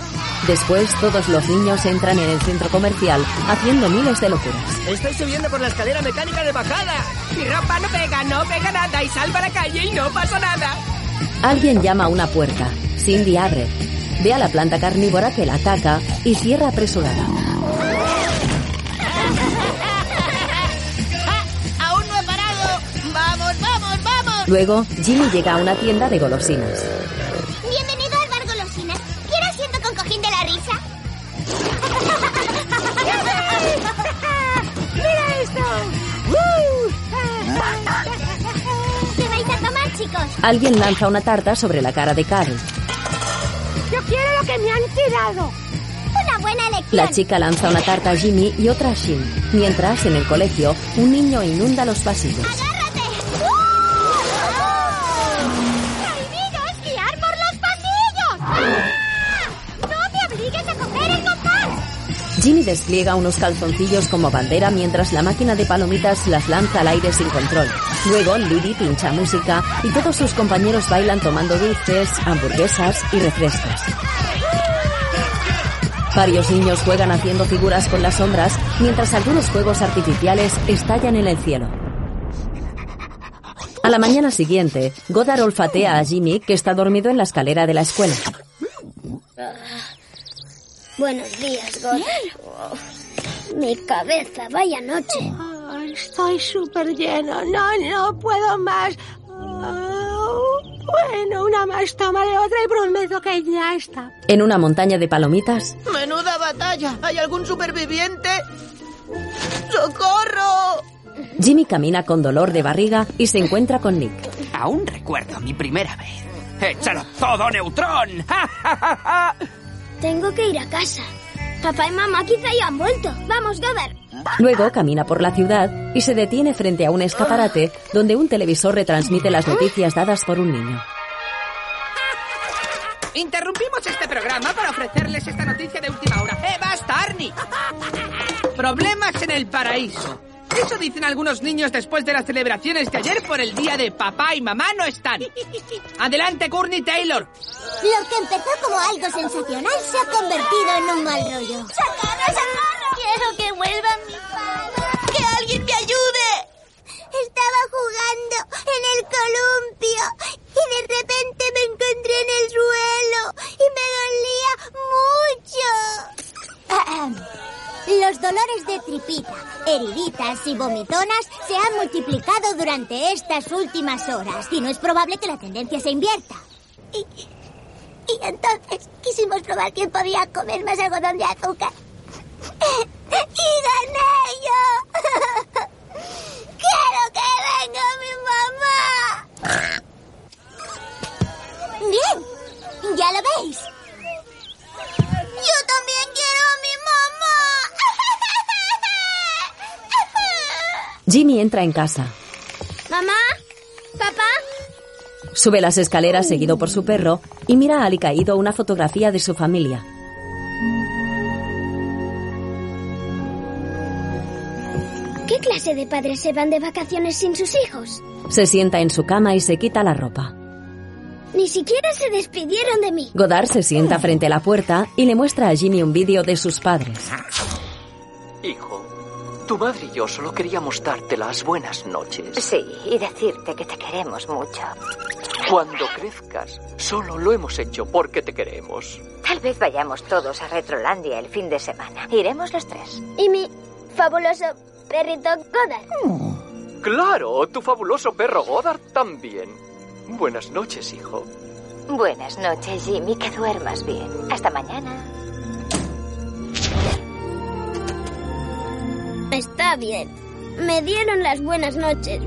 Speaker 1: Después, todos los niños entran en el centro comercial haciendo miles de locuras.
Speaker 10: Estoy subiendo por la escalera mecánica de bajada. Mi ropa no pega, no pega nada y salva la calle y no pasa nada.
Speaker 1: Alguien llama a una puerta. Cindy abre. Ve a la planta carnívora que la ataca y cierra apresurada.
Speaker 10: ¡Aún no he parado! ¡Vamos, vamos, vamos!
Speaker 1: Luego, Jimmy llega a una tienda de golosinas.
Speaker 6: Bienvenido al bar golosinas. ¿Quiere asiento con cojín de
Speaker 5: [LAUGHS]
Speaker 6: la risa?
Speaker 11: ¡Mira [LAUGHS] esto!
Speaker 6: ¿Qué vais a tomar, chicos?
Speaker 1: Alguien lanza una tarta sobre la cara de Carl.
Speaker 11: Yo quiero lo que me han tirado.
Speaker 6: Una buena elección.
Speaker 1: La chica lanza una tarta a Jimmy y otra a Shin. Mientras, en el colegio, un niño inunda los pasillos.
Speaker 6: ¡Agárrate! ¡Prohibido esquiar por
Speaker 11: Ah,
Speaker 6: los pasillos! ¡No te obligues a comer el compás!
Speaker 1: Jimmy despliega unos calzoncillos como bandera mientras la máquina de palomitas las lanza al aire sin control. Luego, Lily pincha música y todos sus compañeros bailan tomando dulces, hamburguesas y refrescos. Varios niños juegan haciendo figuras con las sombras mientras algunos juegos artificiales estallan en el cielo. A la mañana siguiente, Goddard olfatea a Jimmy que está dormido en la escalera de la escuela.
Speaker 5: Buenos días,
Speaker 10: ¿Eh?
Speaker 5: Goddard. Mi cabeza, vaya noche.
Speaker 11: Estoy súper lleno. No, no puedo más. Oh, bueno, una más, tomaré otra y prometo que ya está.
Speaker 1: En una montaña de palomitas,
Speaker 9: ¡Menuda batalla! ¿Hay algún superviviente? ¡Socorro!
Speaker 1: Jimmy camina con dolor de barriga y se encuentra con Nick.
Speaker 21: Aún recuerdo mi primera vez. ¡Échalo todo,
Speaker 9: [LAUGHS]
Speaker 21: Neutrón! ¡Ja, ja, ja, ja!
Speaker 5: [LAUGHS] Tengo que ir a casa. Papá y mamá quizá ya han vuelto. Vamos, Goddard.
Speaker 1: Luego camina por la ciudad y se detiene frente a un escaparate donde un televisor retransmite las noticias dadas por un niño.
Speaker 9: Interrumpimos este programa para ofrecerles esta noticia de última hora. ¡Eh, basta, Arnie! [LAUGHS] Problemas en el paraíso. Eso dicen algunos niños después de las celebraciones de ayer por el día de papá y mamá no [LAUGHS] están. Adelante, Courtney Taylor.
Speaker 6: Lo que empezó como algo sensacional se ha convertido en un mal rollo.
Speaker 5: ¡Socorro, socorro! Quiero que vuelva mi padre. ¡Que alguien me ayude!
Speaker 6: Estaba jugando en el columpio y de repente me encontré en el suelo y me dolía [CLEARS THROAT] mucho. Los dolores de tripita, heriditas y vomitonas se han multiplicado durante estas últimas horas y no es probable que la tendencia se invierta.
Speaker 5: Y, y entonces quisimos probar quién podía comer más algodón de azúcar. [LAUGHS] ¡Y gané yo! [LAUGHS] ¡Quiero que venga mi mamá!
Speaker 6: Bien, ya lo veis.
Speaker 5: ¡Yo también quiero a mi [LAUGHS] mamá!
Speaker 1: Jimmy entra en casa,
Speaker 5: ¿Mamá? ¿Papá?
Speaker 1: sube las escaleras seguido por su perro y mira alicaído una fotografía de su familia.
Speaker 5: ¿Qué clase de padres se van de vacaciones sin sus hijos?
Speaker 1: Se sienta en su cama y se quita la ropa.
Speaker 5: Ni siquiera se despidieron de mí.
Speaker 1: Godard se sienta frente a la puerta y le muestra a Jimmy un vídeo de sus padres.
Speaker 8: Hijo, tu madre y yo solo queríamos darte las buenas noches.
Speaker 7: Sí, y decirte que te queremos mucho.
Speaker 8: Cuando crezcas, solo lo hemos hecho porque te queremos.
Speaker 7: Tal vez vayamos todos a Retrolandia el fin de semana. Iremos los tres.
Speaker 5: Y mi fabuloso perrito Goddard.
Speaker 8: Claro, tu fabuloso perro Goddard también. Buenas noches, hijo.
Speaker 7: Buenas noches, Jimmy. Que duermas bien. Hasta mañana.
Speaker 5: Está bien. Me dieron las buenas noches.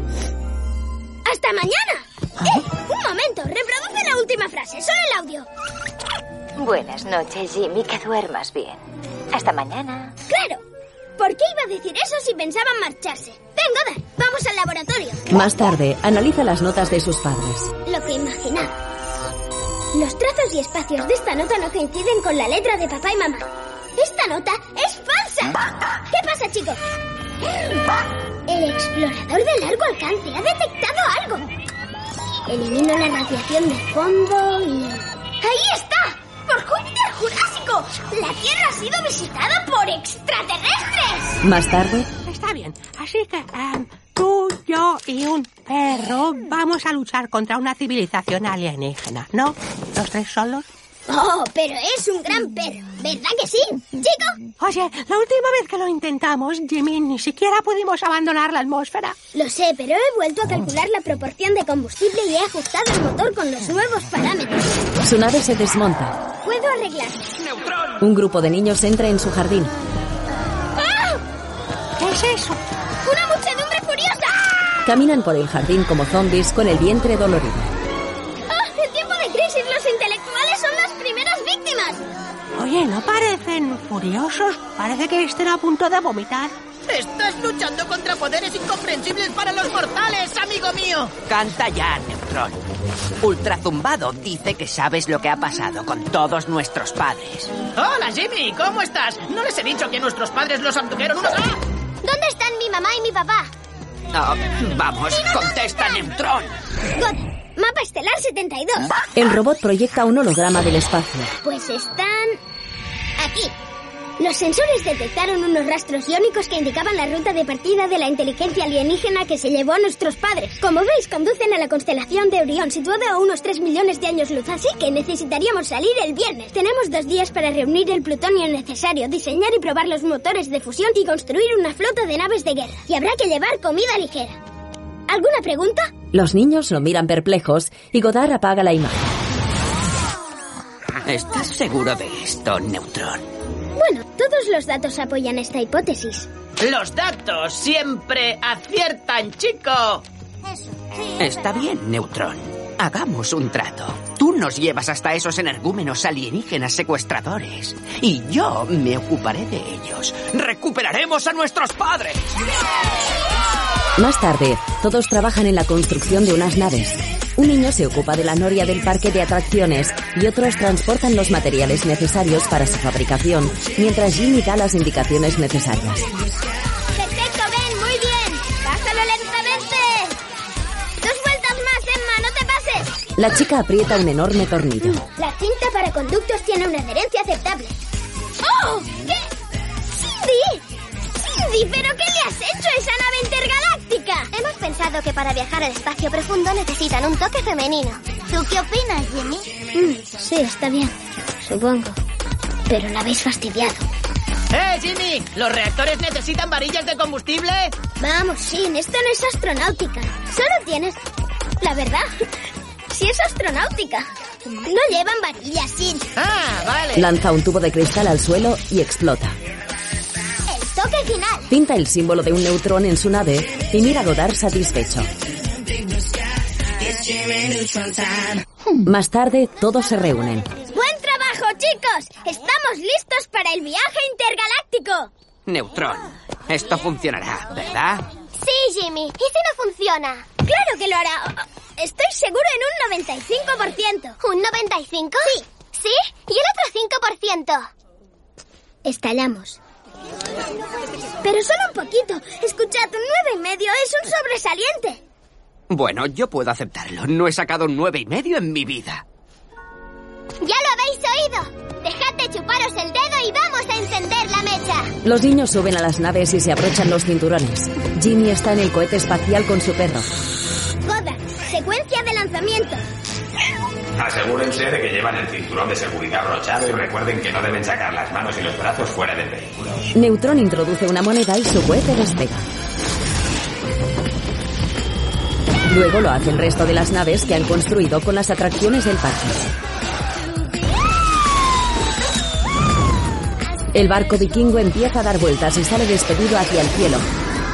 Speaker 5: ¡Hasta mañana! ¡Eh! Un momento, reproduce la última frase, solo el audio.
Speaker 7: Buenas noches, Jimmy. Que duermas bien. Hasta mañana.
Speaker 5: ¡Claro! ¿Por qué iba a decir eso si pensaban marcharse? Ven, Goddard, vamos al laboratorio.
Speaker 1: Más tarde, analiza las notas de sus padres.
Speaker 5: Lo que imaginaba. Los trazos y espacios de esta nota no coinciden con la letra de papá y mamá. Esta nota es falsa. ¿Qué pasa, chicos? El explorador de largo alcance ha detectado algo. Elimino la radiación de fondo y... ¡Ahí está! ¡Por Júpiter Jurásico! ¡La Tierra ha sido visitada por extraterrestres!
Speaker 1: Más tarde,
Speaker 11: Está bien. Así que em, tú, yo y un perro vamos a luchar contra una civilización alienígena, ¿no? ¿Los tres solos?
Speaker 5: Oh, pero es un gran perro, ¿verdad que sí? Chico.
Speaker 11: Oye, la última vez que lo intentamos, Jimmy, ni siquiera pudimos abandonar la atmósfera.
Speaker 5: Lo sé, pero he vuelto a calcular la proporción de combustible y he ajustado el motor con los nuevos parámetros.
Speaker 1: su nave se desmonta.
Speaker 5: Puedo arreglar.
Speaker 1: Un grupo de niños entra en su jardín.
Speaker 5: ¡Ah!
Speaker 11: ¿Qué es eso?
Speaker 5: ¡Una muchedumbre furiosa!
Speaker 1: Caminan por el jardín como zombies con el vientre dolorido.
Speaker 5: ¡Ah! En tiempo de crisis los intelectuales son las primeras víctimas.
Speaker 11: Oye, ¿no parecen furiosos? Parece que estén a punto de vomitar.
Speaker 10: Estás luchando contra poderes incomprensibles para los mortales, amigo mío.
Speaker 9: Canta ya, Neutron. Ultrazumbado dice que sabes lo que ha pasado con todos nuestros padres.
Speaker 10: Hola, Jimmy, ¿cómo estás? ¿No les he dicho que nuestros padres los abdujeron unos... ¡Ah!
Speaker 5: ¿Dónde están mi mamá y mi papá?
Speaker 9: Ah, vamos, contesta, Neutron.
Speaker 5: Mapa estelar 72.
Speaker 1: El robot proyecta un holograma del espacio.
Speaker 5: Pues están... aquí. Los sensores detectaron unos rastros iónicos que indicaban la ruta de partida de la inteligencia alienígena que se llevó a nuestros padres. Como veis, conducen a la constelación de Orión, situada a unos 3 millones de años luz, así que necesitaríamos salir el viernes. Tenemos dos días para reunir el plutonio necesario, diseñar y probar los motores de fusión y construir una flota de naves de guerra. Y habrá que llevar comida ligera. ¿Alguna pregunta?
Speaker 1: Los niños lo miran perplejos y Godard apaga la imagen.
Speaker 9: ¿Estás seguro de esto, Neutron?
Speaker 5: Bueno, todos los datos apoyan esta hipótesis.
Speaker 10: Los datos siempre aciertan, chico.
Speaker 9: Está bien, Neutron. Hagamos un trato. Tú nos llevas hasta esos energúmenos alienígenas secuestradores. Y yo me ocuparé de ellos. ¡Recuperaremos a nuestros padres!
Speaker 1: Más tarde, todos trabajan en la construcción de unas naves. Un niño se ocupa de la noria del parque de atracciones y otros transportan los materiales necesarios para su fabricación, mientras Jimmy da las indicaciones necesarias.
Speaker 6: Perfecto, Ben, muy bien. Pásalo lentamente.
Speaker 5: Dos vueltas más, Emma, no te pases.
Speaker 1: La chica aprieta un enorme tornillo.
Speaker 5: La cinta para conductos tiene una adherencia aceptable. ¡Oh! ¿Qué? ¡Cindy! ¡Cindy, pero qué le has hecho a esa nave intergaláctica!
Speaker 6: Hemos pensado que para viajar al espacio profundo necesitan un toque femenino. ¿Tú qué opinas, Jimmy?
Speaker 5: Mm, sí, está bien. Supongo. Pero la habéis fastidiado.
Speaker 10: ¡Eh, Jimmy! ¿Los reactores necesitan varillas de combustible?
Speaker 5: Vamos, Sin, esto no es astronáutica. Solo tienes... La verdad, [LAUGHS] sí es astronáutica. No llevan varillas, Sin.
Speaker 10: Ah, vale.
Speaker 1: Lanza un tubo de cristal al suelo y explota.
Speaker 5: El toque final.
Speaker 1: Pinta el símbolo de un neutrón en su nave y mira a Godard satisfecho. Más tarde, todos se reúnen.
Speaker 5: ¡Buen trabajo, chicos! Estamos listos para el viaje intergaláctico.
Speaker 9: Neutron, esto funcionará, ¿verdad?
Speaker 5: Sí, Jimmy. ¿Y si no funciona? Claro que lo hará. Estoy seguro en un 95%.
Speaker 6: ¿Un 95? Sí. ¿Sí? ¿Y el otro 5%?
Speaker 5: Estallamos. Pero solo un poquito. Escuchad, un nueve y medio es un sobresaliente.
Speaker 9: Bueno, yo puedo aceptarlo. No he sacado un nueve y medio en mi vida.
Speaker 5: ¡Ya lo habéis oído!
Speaker 6: Dejad de chuparos el dedo y vamos a encender la mecha.
Speaker 1: Los niños suben a las naves y se abrochan los cinturones. Jimmy está en el cohete espacial con su perro.
Speaker 5: Goda, secuencia de lanzamiento.
Speaker 17: Asegúrense de que llevan el cinturón de seguridad brochado y recuerden que no deben sacar las manos y los brazos fuera del vehículo.
Speaker 1: Neutron introduce una moneda y su cohete despega. Luego lo hace el resto de las naves que han construido con las atracciones del parque. El barco vikingo empieza a dar vueltas y sale despedido hacia el cielo.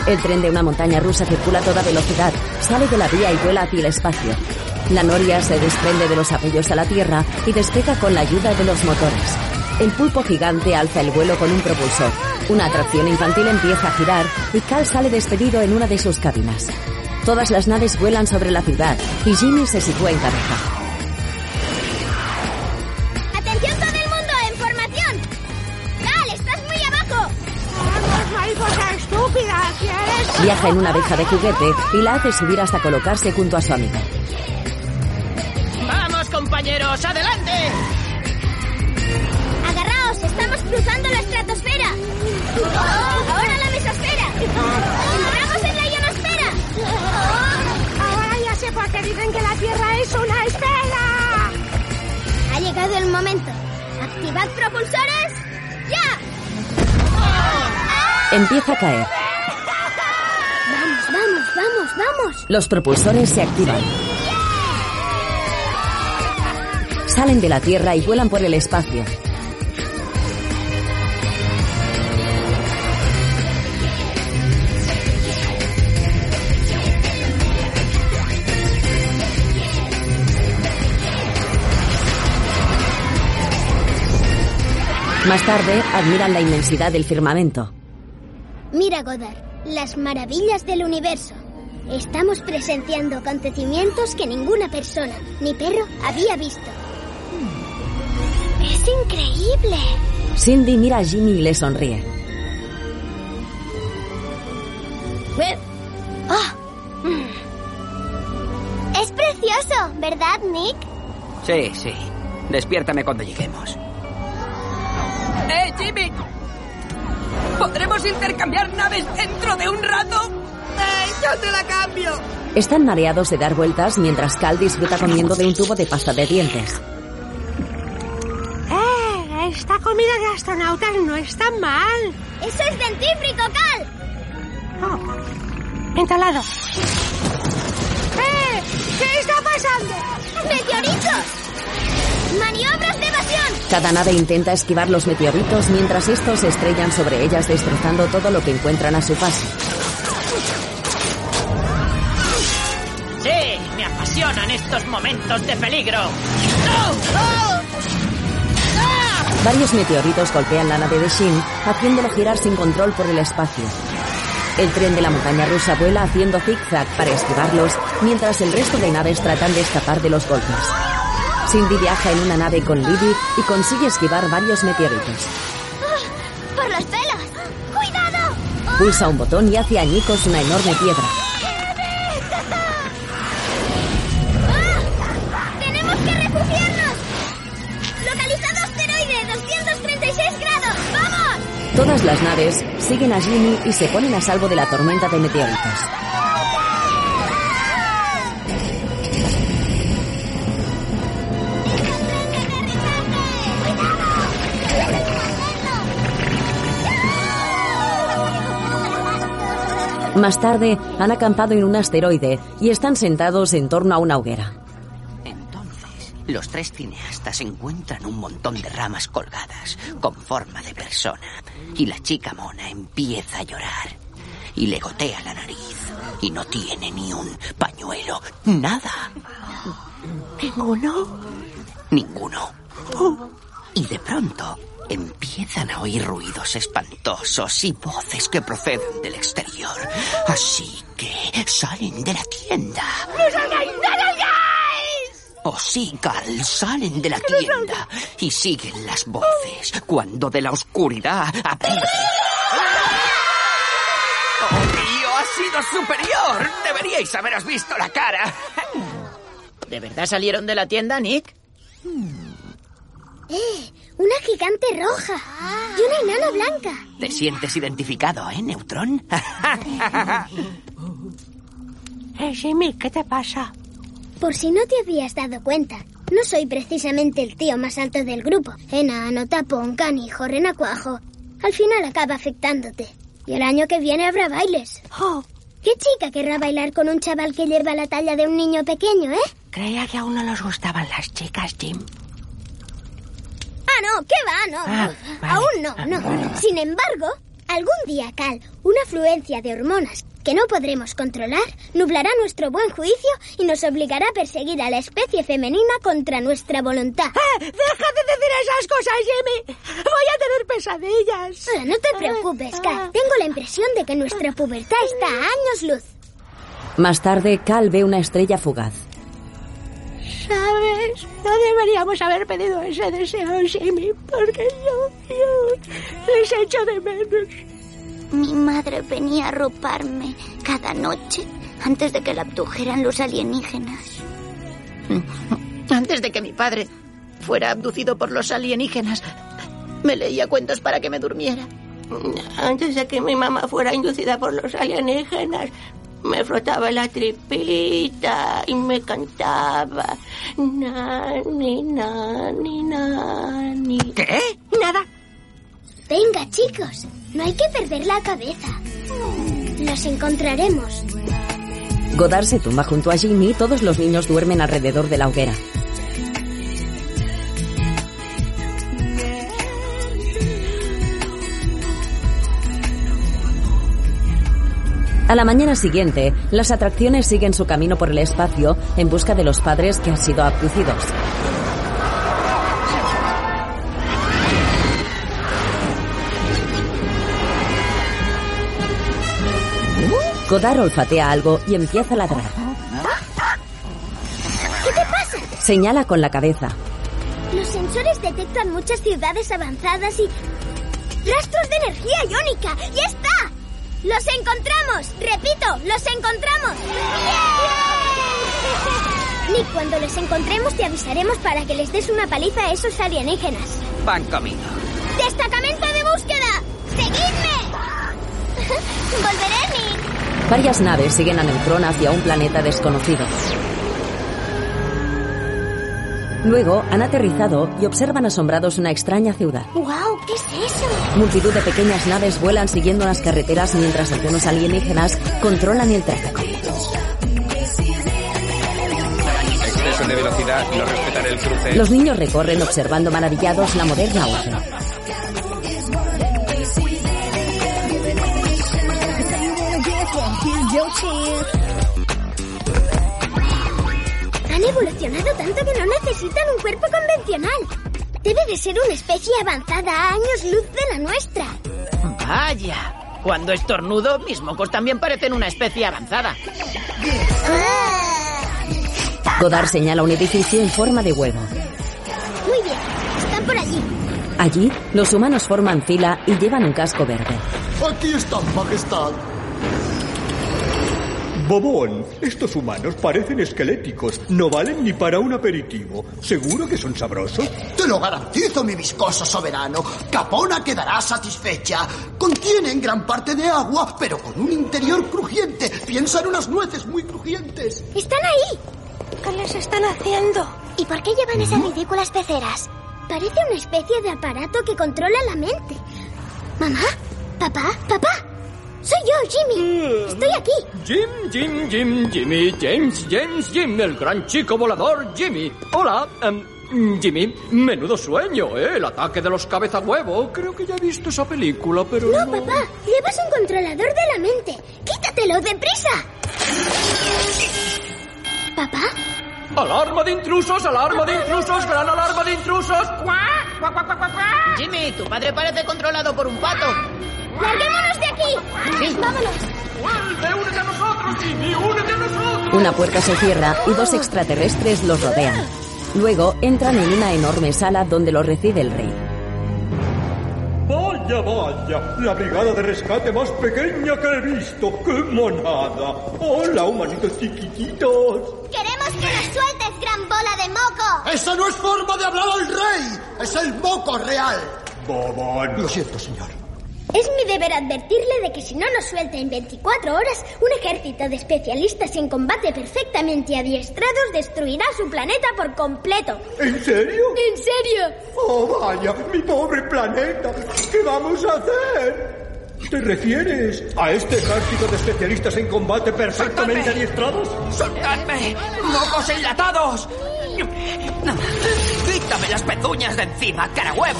Speaker 1: El tren de una montaña rusa circula a toda velocidad, sale de la vía y vuela hacia el espacio. La noria se desprende de los apoyos a la tierra y despega con la ayuda de los motores. El pulpo gigante alza el vuelo con un propulsor. Una atracción infantil empieza a girar y Cal sale despedido en una de sus cabinas. Todas las naves vuelan sobre la ciudad y Jimmy se sitúa en cabeza.
Speaker 5: ¡Atención todo el mundo! ¡En formación! ¡Cal, estás muy abajo!
Speaker 11: Vamos, mariposa estúpida, ¿quieres?
Speaker 1: Viaja en una abeja de juguete y la hace subir hasta colocarse junto a su amiga.
Speaker 10: ¡Vamos, compañeros! ¡Adelante!
Speaker 5: Agarraos, estamos cruzando la estratosfera. Oh, Ahora la mesosfera. Entramos en la ionosfera. Oh,
Speaker 11: Ahora ya sé por qué dicen que la Tierra es una estela.
Speaker 5: Ha llegado el momento. Activad propulsores. ¡Ya!
Speaker 1: Empieza a caer.
Speaker 5: Vamos, vamos, vamos, vamos.
Speaker 1: Los propulsores se activan. Salen de la Tierra y vuelan por el espacio. Más tarde, admiran la inmensidad del firmamento.
Speaker 5: Mira, Goddard, las maravillas del universo. Estamos presenciando acontecimientos que ninguna persona, ni perro, había visto. ¡Es increíble!
Speaker 1: Cindy mira a Jimmy y le sonríe.
Speaker 5: Eh, ¡Oh! Mm. Es precioso, ¿verdad, Nick?
Speaker 9: Sí, sí. Despiértame cuando lleguemos.
Speaker 7: ¡Eh, Jimmy! ¿Podremos intercambiar naves dentro de un rato? ¡Eh, yo te la cambio!
Speaker 1: Están mareados de dar vueltas mientras Cal disfruta comiendo de un tubo de pasta de dientes.
Speaker 11: ¡Eh! Esta comida de astronautas no está mal.
Speaker 5: ¡Eso es dentífrico, Cal!
Speaker 11: Entalado. ¡Eh! ¿Qué está pasando?
Speaker 5: ¡Meteoritos! ¡Maniobras de evasión!
Speaker 1: Cada nave intenta esquivar los meteoritos mientras estos se estrellan sobre ellas destrozando todo lo que encuentran a su paso.
Speaker 10: Sí, me apasionan estos momentos de peligro. ¡No! ¡Oh!
Speaker 1: Varios meteoritos golpean la nave de Shin, haciéndolo girar sin control por el espacio. El tren de la montaña rusa vuela haciendo zigzag para esquivarlos, mientras el resto de naves tratan de escapar de los golpes. Cindy viaja en una nave con Libby y consigue esquivar varios meteoritos.
Speaker 5: ¡Ah! ¡Por los pelos! ¡Cuidado!
Speaker 1: Pulsa un botón y hace añicos una enorme piedra.
Speaker 5: ¡Tenemos que refugiarnos! ¡Localizado asteroide 236 grados! ¡Vamos!
Speaker 1: Todas las naves siguen a Jimmy y se ponen a salvo de la tormenta de meteoritos. Más tarde, han acampado en un asteroide y están sentados en torno a una hoguera.
Speaker 9: Los tres cineastas encuentran un montón de ramas colgadas con forma de persona y la chica mona empieza a llorar y le gotea la nariz y no tiene ni un pañuelo, nada.
Speaker 11: ¿Ninguno?
Speaker 9: Ninguno.
Speaker 11: Oh,
Speaker 9: Y de pronto empiezan a oír ruidos espantosos y voces que proceden del exterior. Así que salen de la tienda.
Speaker 6: ¡No salgáis! ¡No salgáis!
Speaker 9: O sí, Carl, salen de la tienda y siguen las voces cuando de la oscuridad... aparece- ¡Oh, tío, ha sido superior! Deberíais haberos visto la cara.
Speaker 10: ¿De verdad salieron de la tienda, Nick?
Speaker 5: ¡Eh! ¡Una gigante roja! ¡Y una enana blanca!
Speaker 9: Te sientes identificado, ¿eh, Neutrón?
Speaker 11: Eh, Jimmy, ¿qué te pasa?
Speaker 5: Por si no te habías dado cuenta, no soy precisamente el tío más alto del grupo. Enano, tapón, canijo, renacuajo. Al final acaba afectándote. Y el año que viene habrá bailes. ¿Qué chica querrá bailar con un chaval que lleva la talla de un niño pequeño, eh?
Speaker 11: Creía que aún no nos gustaban las chicas, Jim.
Speaker 5: Ah, no, ¿qué va? No,
Speaker 11: Ah,
Speaker 5: no. aún no, no. Sin embargo, algún día, Cal, una afluencia de hormonas que no podremos controlar nublará nuestro buen juicio y nos obligará a perseguir a la especie femenina contra nuestra voluntad.
Speaker 11: Ah, ¡Deja de decir esas cosas, Jimmy! ¡Voy a tener pesadillas! Ah,
Speaker 5: Ahora, no te preocupes, Cal. Tengo la impresión de que nuestra pubertad está a años luz.
Speaker 1: Más tarde, Cal ve una estrella fugaz.
Speaker 11: ¿Sabes? Pues, No deberíamos haber pedido ese deseo, Jimmy, porque yo, yo les echo de menos.
Speaker 22: Mi madre venía a roparme cada noche antes de que la abdujeran los alienígenas.
Speaker 10: [LAUGHS] Antes de que mi padre fuera abducido por los alienígenas, me leía cuentos para que me durmiera.
Speaker 11: Antes de que mi mamá fuera inducida por los alienígenas, me frotaba la tripita y me cantaba nani, nani, nani.
Speaker 9: ¿Qué?
Speaker 11: Nada.
Speaker 5: Venga, chicos. No hay que perder la cabeza. Nos encontraremos.
Speaker 1: Godard se tumba junto a Jimmy y todos los niños duermen alrededor de la hoguera. A la mañana siguiente, las atracciones siguen su camino por el espacio en busca de los padres que han sido abducidos. Godard olfatea algo y empieza a ladrar.
Speaker 5: ¿Qué te pasa?
Speaker 1: Señala con la cabeza.
Speaker 5: Los sensores detectan muchas ciudades avanzadas y... ¡Rastros de energía iónica! ¡Ya está! ¡Los encontramos! ¡Repito, los encontramos! Nick, cuando los encontremos te avisaremos para que les des una paliza a esos alienígenas.
Speaker 9: [LAUGHS] Van camino.
Speaker 5: ¡Destacamento de búsqueda! ¡Seguidme! ¡Volveré, Nick!
Speaker 1: Varias naves siguen a Neutron hacia un planeta desconocido. Luego han aterrizado y observan asombrados una extraña ciudad.
Speaker 5: ¡Guau! ¿Qué es eso?
Speaker 1: Multitud de pequeñas naves vuelan siguiendo las carreteras mientras algunos alienígenas controlan el tráfico.
Speaker 23: Exceso de velocidad, no respetaré el cruce.
Speaker 1: Los niños recorren observando maravillados la moderna urbe.
Speaker 5: Han evolucionado tanto que no necesitan un cuerpo convencional. Debe de ser una especie avanzada a años luz de la nuestra.
Speaker 9: Vaya. Cuando estornudo, mis mocos también parecen una especie avanzada.
Speaker 1: Godard señala un edificio en forma de huevo.
Speaker 5: Muy bien, están por allí.
Speaker 1: Allí, los humanos forman fila y llevan un casco verde.
Speaker 12: Aquí están, majestad.
Speaker 14: Bobón, estos humanos parecen esqueléticos. No valen ni para un aperitivo. ¿Seguro que son sabrosos?
Speaker 12: Te lo garantizo, mi viscoso soberano. Capona quedará satisfecha. Contienen gran parte de agua, pero con un interior crujiente. Piensa en unas nueces muy crujientes.
Speaker 5: ¡Están ahí!
Speaker 24: ¿Qué les están haciendo?
Speaker 5: ¿Y por qué llevan esas ridículas peceras? Parece una especie de aparato que controla la mente. Mamá, papá, papá. Soy yo, Jimmy. Estoy aquí.
Speaker 8: Jim, Jim, Jim, Jimmy, James, James, Jim, el gran chico volador, Jimmy. Hola, em, Jimmy. Menudo sueño, ¿eh? El ataque de los cabezahuevo. Creo que ya he visto esa película, pero
Speaker 5: No,
Speaker 8: no...
Speaker 5: papá, llevas un controlador de la mente. Quítatelo deprisa. ¿Papá?
Speaker 8: ¡Alarma de intrusos! ¡Alarma de intrusos! ¡Gran alarma de intrusos! ¡Cuá!
Speaker 9: ¡Cuá, cuá, cuá, cuá, cuá! Jimmy, tu padre parece controlado por un pato.
Speaker 5: ¡Larguémonos de aquí! ¡Vámonos!
Speaker 8: ¡Walde, únete a nosotros, Jimmy! ¡Únete a nosotros!
Speaker 1: Una puerta se cierra y dos extraterrestres los rodean. Luego entran en una enorme sala donde los recibe el rey.
Speaker 14: Vaya, vaya, la brigada de rescate más pequeña que he visto. ¡Qué monada! Hola, humanitos chiquititos.
Speaker 5: ¡Queremos que nos sueltes, gran bola de moco!
Speaker 12: ¡Esa no es forma de hablar al rey! ¡Es el moco real!
Speaker 14: Bobón.
Speaker 12: Lo siento, señor.
Speaker 5: Es mi deber advertirle de que si no nos suelta en 24 horas, un ejército de especialistas en combate perfectamente adiestrados destruirá su planeta por completo.
Speaker 14: ¿En serio?
Speaker 5: ¿En serio?
Speaker 14: Oh, vaya, mi pobre planeta. ¿Qué vamos a hacer? ¿Te refieres a este ejército de especialistas en combate perfectamente adiestrados?
Speaker 9: ¡Soltadme! ¡Mocos enlatados! ¡Quítame las pezuñas de encima, carahuevo!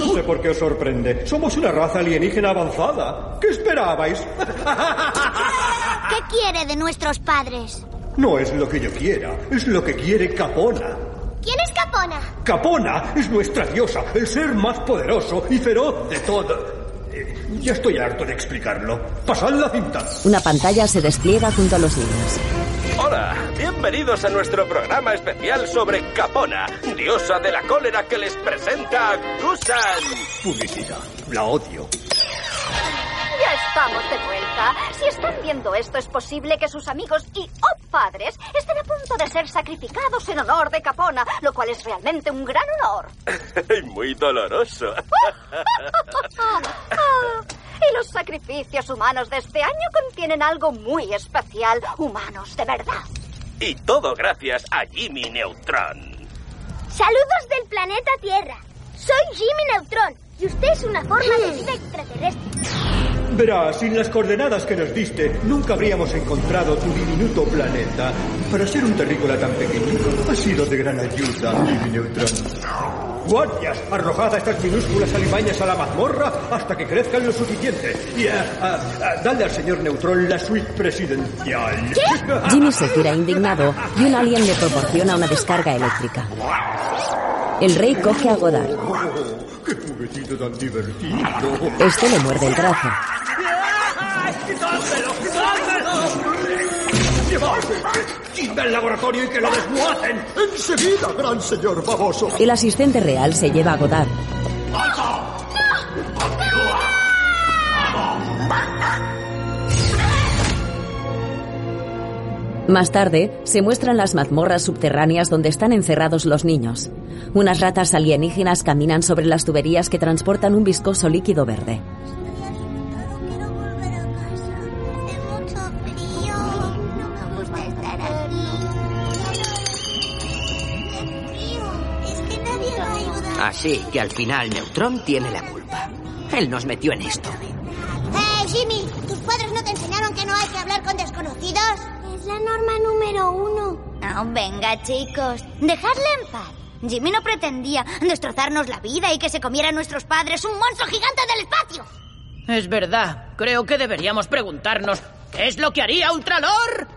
Speaker 14: No sé por qué os sorprende. Somos una raza alienígena avanzada. ¿Qué esperabais?
Speaker 25: ¿Qué quiere de nuestros padres?
Speaker 14: No es lo que yo quiera, es lo que quiere Capona.
Speaker 25: ¿Quién es Capona?
Speaker 14: Capona es nuestra diosa, el ser más poderoso y feroz de todo. Eh, Ya estoy harto de explicarlo. Pasad la cinta.
Speaker 1: Una pantalla se despliega junto a los niños.
Speaker 17: Hola, bienvenidos a nuestro programa especial sobre Capona, diosa de la cólera que les presenta Gusan.
Speaker 14: Publicidad. La odio.
Speaker 2: Ya estamos de vuelta. Si están viendo esto, es posible que sus amigos y oh, padres estén a punto de ser sacrificados en honor de Capona, lo cual es realmente un gran
Speaker 6: [LAUGHS]
Speaker 2: honor.
Speaker 17: [LAUGHS] Muy doloroso.
Speaker 2: Ah, y los sacrificios humanos de este año contienen algo muy especial, humanos de verdad.
Speaker 17: Y todo gracias a Jimmy Neutron.
Speaker 26: Saludos
Speaker 5: del planeta Tierra. Soy Jimmy Neutron y usted es una forma
Speaker 25: Mm.
Speaker 5: de vida extraterrestre.
Speaker 14: [LAUGHS] Verás, sin las coordenadas que nos diste, nunca habríamos encontrado tu diminuto planeta. Para ser un terrícola tan pequeñito, ha sido de gran ayuda, Jimmy Neutron. Guardias, arrojad a estas minúsculas alimañas a la mazmorra hasta que crezcan lo suficiente. Y ah, ah, ah, dale al señor Neutron la suite presidencial. [LAUGHS]
Speaker 1: Jimmy se gira indignado y un alien le proporciona una descarga eléctrica. El rey coge a Godard.
Speaker 14: Oh, ¡Qué juguetito tan divertido!
Speaker 1: Este le muerde el brazo.
Speaker 9: ¡Ah!
Speaker 14: ¡Lleva al laboratorio y que lo desmuacen!
Speaker 12: ¡Enseguida, gran señor baboso!
Speaker 1: El asistente real se lleva a Godard. Más tarde, se muestran las mazmorras subterráneas donde están encerrados los niños. Unas ratas alienígenas caminan sobre las tuberías que transportan un viscoso líquido verde.
Speaker 9: Así que al final Neutrón tiene la culpa. Él nos metió en esto.
Speaker 22: ¡Eh, Jimmy! ¿Tus padres no te enseñaron que no hay que hablar con desconocidos? Es la norma número uno.
Speaker 6: venga, chicos. Dejadla en paz. Jimmy no pretendía destrozarnos la vida y que se comiera a nuestros padres un monstruo gigante del espacio.
Speaker 10: Es verdad. Creo que deberíamos preguntarnos ¿qué es lo que haría Ultralor?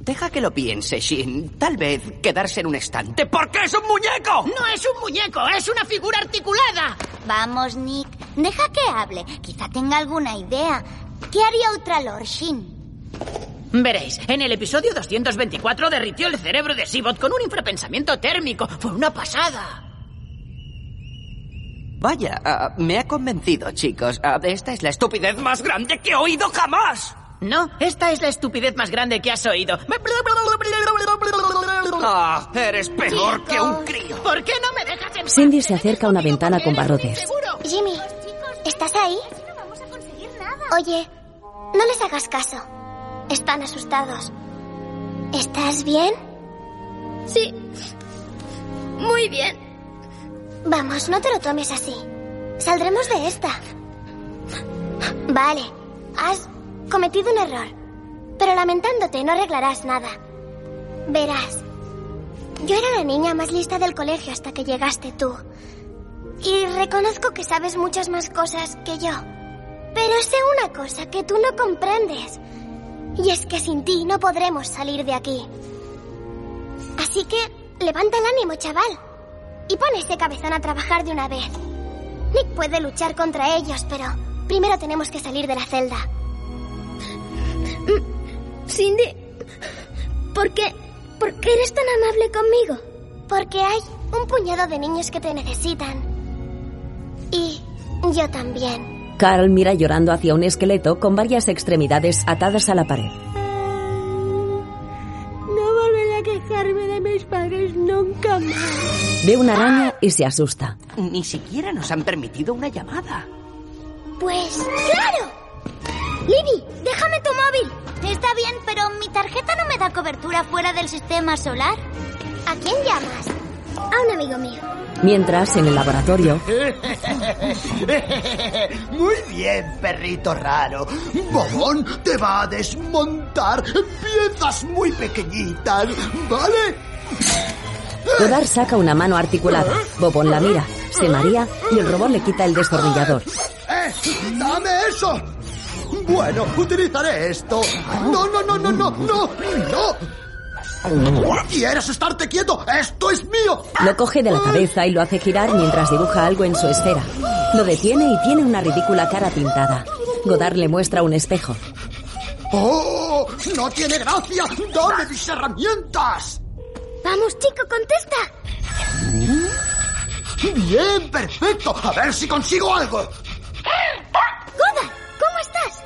Speaker 9: Deja que lo piense, Shin. Tal vez quedarse en un estante porque es un muñeco.
Speaker 10: No es un muñeco, es una figura articulada.
Speaker 6: Vamos, Nick. Deja que hable. Quizá tenga alguna idea. ¿Qué haría Ultralor, Shin?
Speaker 10: Veréis, en el episodio 224 derritió el cerebro de Sibot con un infrapensamiento térmico. Fue una pasada.
Speaker 9: Vaya, ah, me ha convencido, chicos. Ah, esta es la estupidez más grande que he oído jamás.
Speaker 10: No, esta es la estupidez más grande que has oído.
Speaker 9: Ah, eres peor que un crío.
Speaker 10: ¿Por qué no me dejas en
Speaker 1: Cindy se acerca a una ventana con barrotes.
Speaker 5: Jimmy, ¿estás ahí? Oye, no les hagas caso. Están asustados. ¿Estás bien? Sí. Muy bien. Vamos, no te lo tomes así. Saldremos de esta. Vale, has cometido un error. Pero lamentándote no arreglarás nada. Verás, yo era la niña más lista del colegio hasta que llegaste tú. Y reconozco que sabes muchas más cosas que yo. Pero sé una cosa que tú no comprendes. Y es que sin ti no podremos salir de aquí. Así que levanta el ánimo, chaval. Y pon ese cabezón a trabajar de una vez. Nick puede luchar contra ellos, pero primero tenemos que salir de la celda.
Speaker 6: Cindy,
Speaker 5: ¿por qué? ¿Por qué eres tan amable conmigo? Porque hay un puñado de niños que te necesitan. Y yo también.
Speaker 1: Carl mira llorando hacia un esqueleto con varias extremidades atadas a la pared.
Speaker 11: No volveré a quejarme de mis padres nunca más.
Speaker 1: Ve una araña y se asusta.
Speaker 9: Ni siquiera nos han permitido una llamada.
Speaker 5: Pues
Speaker 6: ¡Claro! Libby, déjame tu móvil. Está bien, pero mi tarjeta no me da cobertura fuera del sistema solar.
Speaker 5: ¿A quién llamas? A un amigo mío.
Speaker 1: Mientras, en el laboratorio,
Speaker 12: [LAUGHS] Muy bien, perrito raro. Bobón te va a desmontar en piezas muy pequeñitas, ¿vale?
Speaker 1: Godard saca una mano articulada. Bobón la mira, se maría y el robot le quita el destornillador.
Speaker 12: ¡Eh! ¡Dame eso! Bueno, utilizaré esto. No, no, no, no, no, no, no. ¿Quieres estarte quieto? ¡Esto es mío!
Speaker 1: Lo coge de la cabeza y lo hace girar mientras dibuja algo en su esfera. Lo detiene y tiene una ridícula cara pintada. Godard le muestra un espejo.
Speaker 12: ¡Oh! ¡No tiene gracia! ¡Dame mis herramientas!
Speaker 5: Vamos, chico, contesta.
Speaker 12: Bien, perfecto. A ver si consigo algo.
Speaker 5: Goda, ¿cómo estás?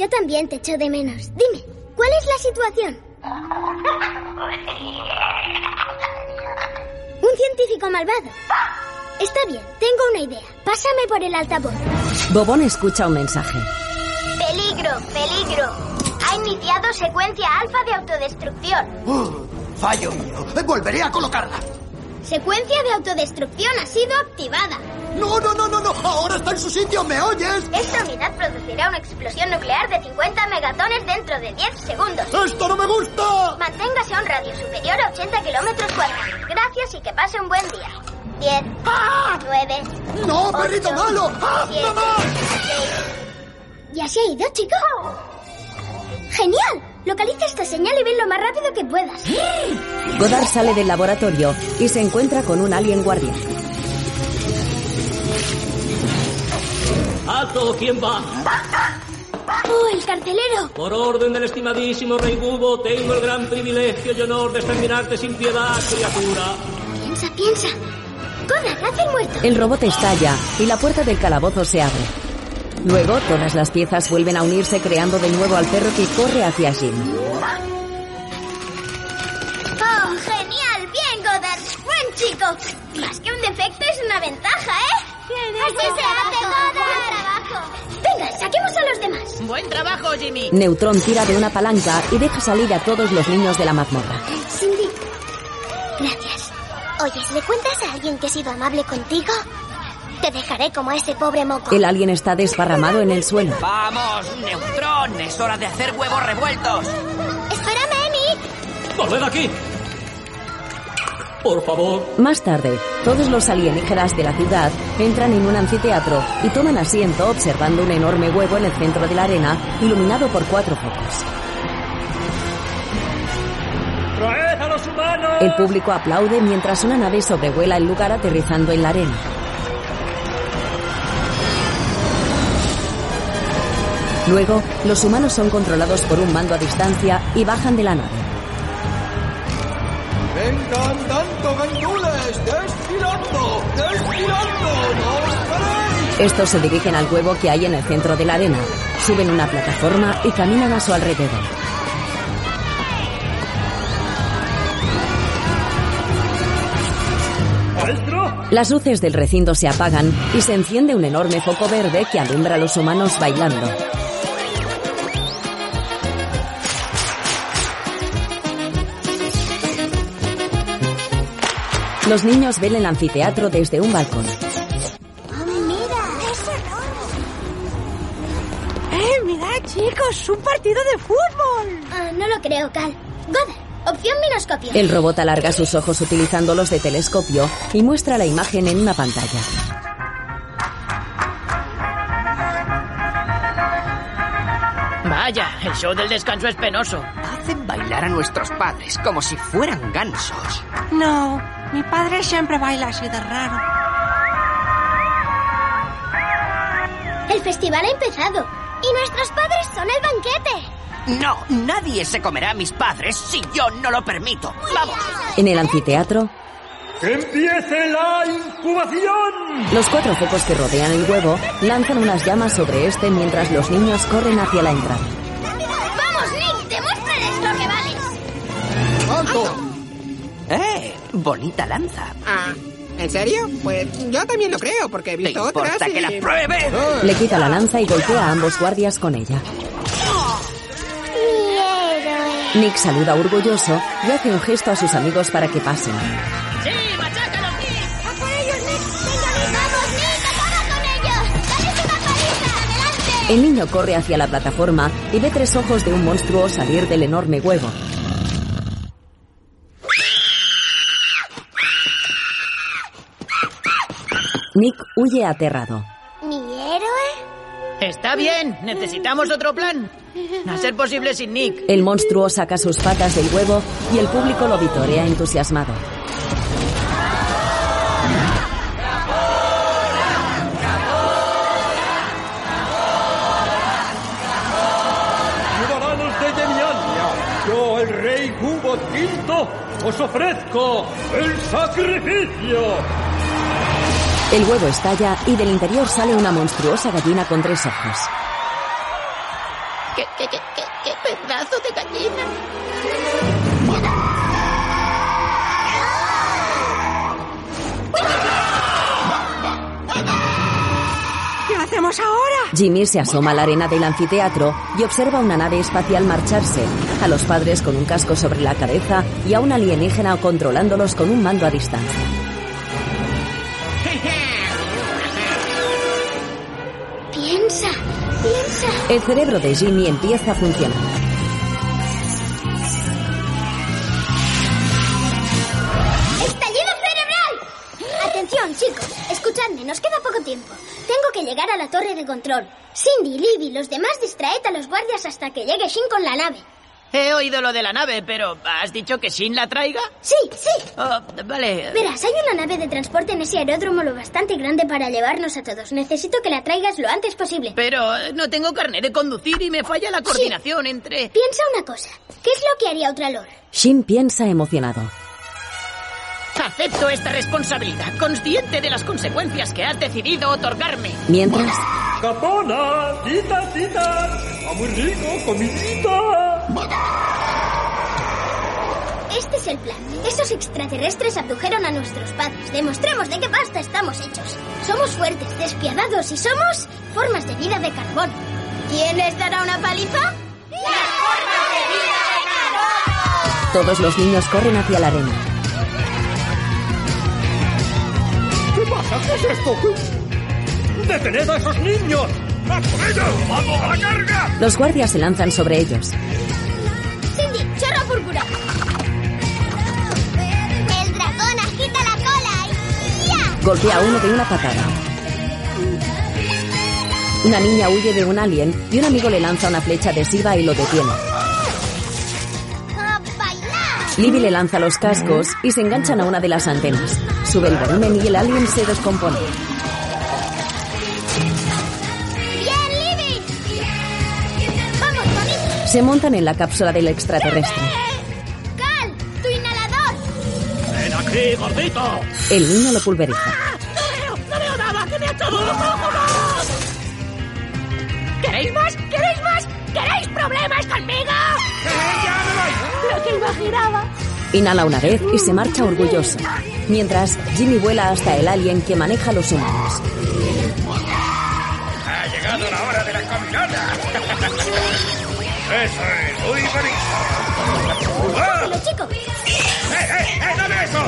Speaker 5: Yo también te echo de menos. Dime, ¿cuál es la situación? Un científico malvado. Está bien, tengo una idea. Pásame por el altavoz.
Speaker 1: Bobón escucha un mensaje.
Speaker 6: Peligro, peligro. Ha iniciado secuencia alfa de autodestrucción.
Speaker 12: Uh, fallo mío. Volveré a colocarla.
Speaker 6: Secuencia de autodestrucción ha sido activada.
Speaker 12: No, no, no, no, no. Ahora está en su sitio. ¿Me oyes?
Speaker 6: Esta unidad producirá una explosión nuclear de 50 megatones dentro de 10 segundos.
Speaker 12: ¡Esto no me gusta!
Speaker 6: Manténgase a un radio superior a 80 kilómetros cuadrados. Gracias y que pase un buen día. 10, 9,
Speaker 12: ¡Ah! ¡No, perrito malo! ¡Ah, mamá!
Speaker 5: ¿Ya se ha ido, chico?
Speaker 12: ¡Oh!
Speaker 5: ¡Genial! Localiza esta señal y ven lo más rápido que puedas.
Speaker 1: Godard sale del laboratorio y se encuentra con un alien guardia.
Speaker 3: ¡Alto! ¿Quién va?
Speaker 6: ¡Oh, el cartelero!
Speaker 3: Por orden del estimadísimo rey Bubo, tengo el gran privilegio y honor de exterminarte sin piedad, criatura.
Speaker 6: Piensa, piensa. Conan, haz el muerto.
Speaker 1: El robot estalla y la puerta del calabozo se abre. Luego, todas las piezas vuelven a unirse creando de nuevo al perro que corre hacia Jim.
Speaker 6: ¡Oh, genial! ¡Bien, Goddard! ¡Buen chico! Más que un defecto es una ventaja, ¿eh?
Speaker 5: buen
Speaker 6: ¡Así se hace,
Speaker 5: trabajo,
Speaker 6: Goddard! Venga, saquemos a los demás.
Speaker 10: Buen trabajo, Jimmy.
Speaker 1: Neutron tira de una palanca y deja salir a todos los niños de la mazmorra.
Speaker 5: Cindy. Gracias. Oyes, ¿le cuentas a alguien que he sido amable contigo? Te dejaré como a ese pobre moco.
Speaker 1: El alien está desparramado en el suelo.
Speaker 9: ¡Vamos, Neutrón! ¡Es hora de hacer huevos revueltos!
Speaker 5: ¡Espérame, Nick!
Speaker 3: ¡Volved aquí! Por favor.
Speaker 1: Más tarde, todos los alienígenas de la ciudad entran en un anfiteatro y toman asiento observando un enorme huevo en el centro de la arena, iluminado por cuatro focos.
Speaker 3: ¡Traed a los humanos!
Speaker 1: El público aplaude mientras una nave sobrevuela el lugar aterrizando en la arena. Luego, los humanos son controlados por un mando a distancia y bajan de la nave.
Speaker 27: ¡Vengan tanto, gandules! ¡Destilando! ¡Destilando! ¡No os paréis!
Speaker 1: Estos se dirigen al huevo que hay en el centro de la arena, suben una plataforma y caminan a su alrededor. Las luces del recinto se apagan y se enciende un enorme foco verde que alumbra a los humanos bailando. Los niños ven el anfiteatro desde un balcón.
Speaker 11: ¡Eh, mirad, chicos! ¡Un partido de fútbol!
Speaker 5: Ah, no lo creo, Cal. Goddard, opción minoscopio.
Speaker 1: El robot alarga sus ojos utilizándolos de telescopio y muestra la imagen en una pantalla.
Speaker 10: Vaya, el show del descanso es penoso.
Speaker 9: Hacen bailar a nuestros padres como si fueran gansos.
Speaker 11: No, mi padre siempre baila así de raro.
Speaker 5: El festival ha empezado. Y nuestros padres son el banquete.
Speaker 9: No, nadie se comerá a mis padres si yo no lo permito. ¡Vamos!
Speaker 1: En el anfiteatro,
Speaker 14: ¡Que empiece la incubación!
Speaker 1: los cuatro focos que rodean el huevo lanzan unas llamas sobre este mientras los niños corren hacia la entrada.
Speaker 6: ¡Vamos, Nick! ¡Demuéstrales lo que vales!
Speaker 9: ¡Alto! ¡Eh! Bonita lanza.
Speaker 28: Ah, ¿en serio? Pues yo también lo creo, porque he visto
Speaker 9: importa
Speaker 28: otras y...
Speaker 9: que la pruebe?
Speaker 1: Le quita la lanza y golpea a ambos guardias con ella.
Speaker 22: Mi héroe.
Speaker 1: Nick saluda orgulloso y hace un gesto a sus amigos para que pasen.
Speaker 6: ¡Sí, machácalo, Nick! ¡A por ellos, Nick! ¡Venga,
Speaker 3: [LAUGHS]
Speaker 6: Nick! ¡Vamos, Nick! ¡Acaba con ellos! ¡Dales una paliza! ¡Adelante!
Speaker 1: El niño corre hacia la plataforma y ve tres ojos de un monstruo salir del enorme huevo. Nick huye aterrado.
Speaker 5: ¿Mi héroe?
Speaker 10: Está bien, necesitamos otro plan. A ser posible sin Nick.
Speaker 1: El monstruo saca sus patas del huevo y el público lo vitorea entusiasmado.
Speaker 14: Ciudadanos de Yemiania, yo, el rey Cubo Quinto, os ofrezco el sacrificio.
Speaker 1: El huevo estalla y del interior sale una monstruosa gallina con tres ojos.
Speaker 6: ¿Qué, qué, qué, qué, qué pedazo de gallina?
Speaker 11: ¿Qué hacemos ahora?
Speaker 1: Jimmy se asoma a la arena del anfiteatro y observa una nave espacial marcharse, a los padres con un casco sobre la cabeza y a un alienígena controlándolos con un mando a distancia.
Speaker 5: Piensa, piensa.
Speaker 1: El cerebro de Jimmy empieza a funcionar.
Speaker 5: ¡Estallido cerebral! Atención, chicos. Escuchadme, nos queda poco tiempo. Tengo que llegar a la torre de control. Cindy, Libby y los demás distraed a los guardias hasta que llegue Shin con la nave.
Speaker 10: He oído lo de la nave, pero ¿has dicho que Shin la traiga?
Speaker 5: Sí, sí.
Speaker 10: Oh, vale.
Speaker 5: Verás, hay una nave de transporte en ese aeródromo lo bastante grande para llevarnos a todos. Necesito que la traigas lo antes posible.
Speaker 10: Pero eh, no tengo carnet de conducir y me falla la coordinación entre...
Speaker 5: Piensa una cosa. ¿Qué es lo que haría otra Lord?
Speaker 1: Shin piensa emocionado.
Speaker 10: Acepto esta responsabilidad, consciente de las consecuencias que has decidido otorgarme.
Speaker 1: Mientras,
Speaker 6: ¡Capona! ¡Tita, tita! ¡Está muy rico, comidita!
Speaker 5: Este es el plan. Esos extraterrestres abdujeron a nuestros padres. Demostremos de qué pasta estamos hechos. Somos fuertes, despiadados y somos formas de vida de carbón. ¿Quién les dará una paliza?
Speaker 1: todos los niños corren hacia la arena.
Speaker 6: ¿Qué pasa? ¿Qué es esto? ¡Detened a esos niños! ¡A por ellos! ¡Vamos a la carga!
Speaker 1: Los guardias se lanzan sobre ellos.
Speaker 5: Cindy, chorro púrpura.
Speaker 12: El dragón agita la cola y ¡ya!
Speaker 1: Golpea a uno de una patada. Una niña huye de un alien y un amigo le lanza una flecha adhesiva y lo detiene.
Speaker 12: ¡A bailar!
Speaker 1: Libby le lanza los cascos y se enganchan a una de las antenas. Sube el volumen y el alien se descompone.
Speaker 12: ¡Bien, Libby!
Speaker 5: ¡Vamos, Mami!
Speaker 1: Se montan en la cápsula del extraterrestre.
Speaker 5: ¡Cal! ¡Tu inhalador!
Speaker 29: ¡Ven aquí, gordito!
Speaker 1: El niño lo pulveriza.
Speaker 10: ¡No veo nada! ¡Que me ha echado los ojos! ¿Queréis más? ¿Queréis más? ¿Queréis problemas conmigo?
Speaker 11: Lo que imaginaba.
Speaker 1: Inhala una vez y se marcha orgulloso. Mientras, Jimmy vuela hasta el alien que maneja los humanos.
Speaker 30: Ha llegado la hora de la caminata. Eso es, muy bonito. ¡Ah!
Speaker 5: ¡Lo chico!
Speaker 30: ¡Eh, eh, eh! ¡Dame eso!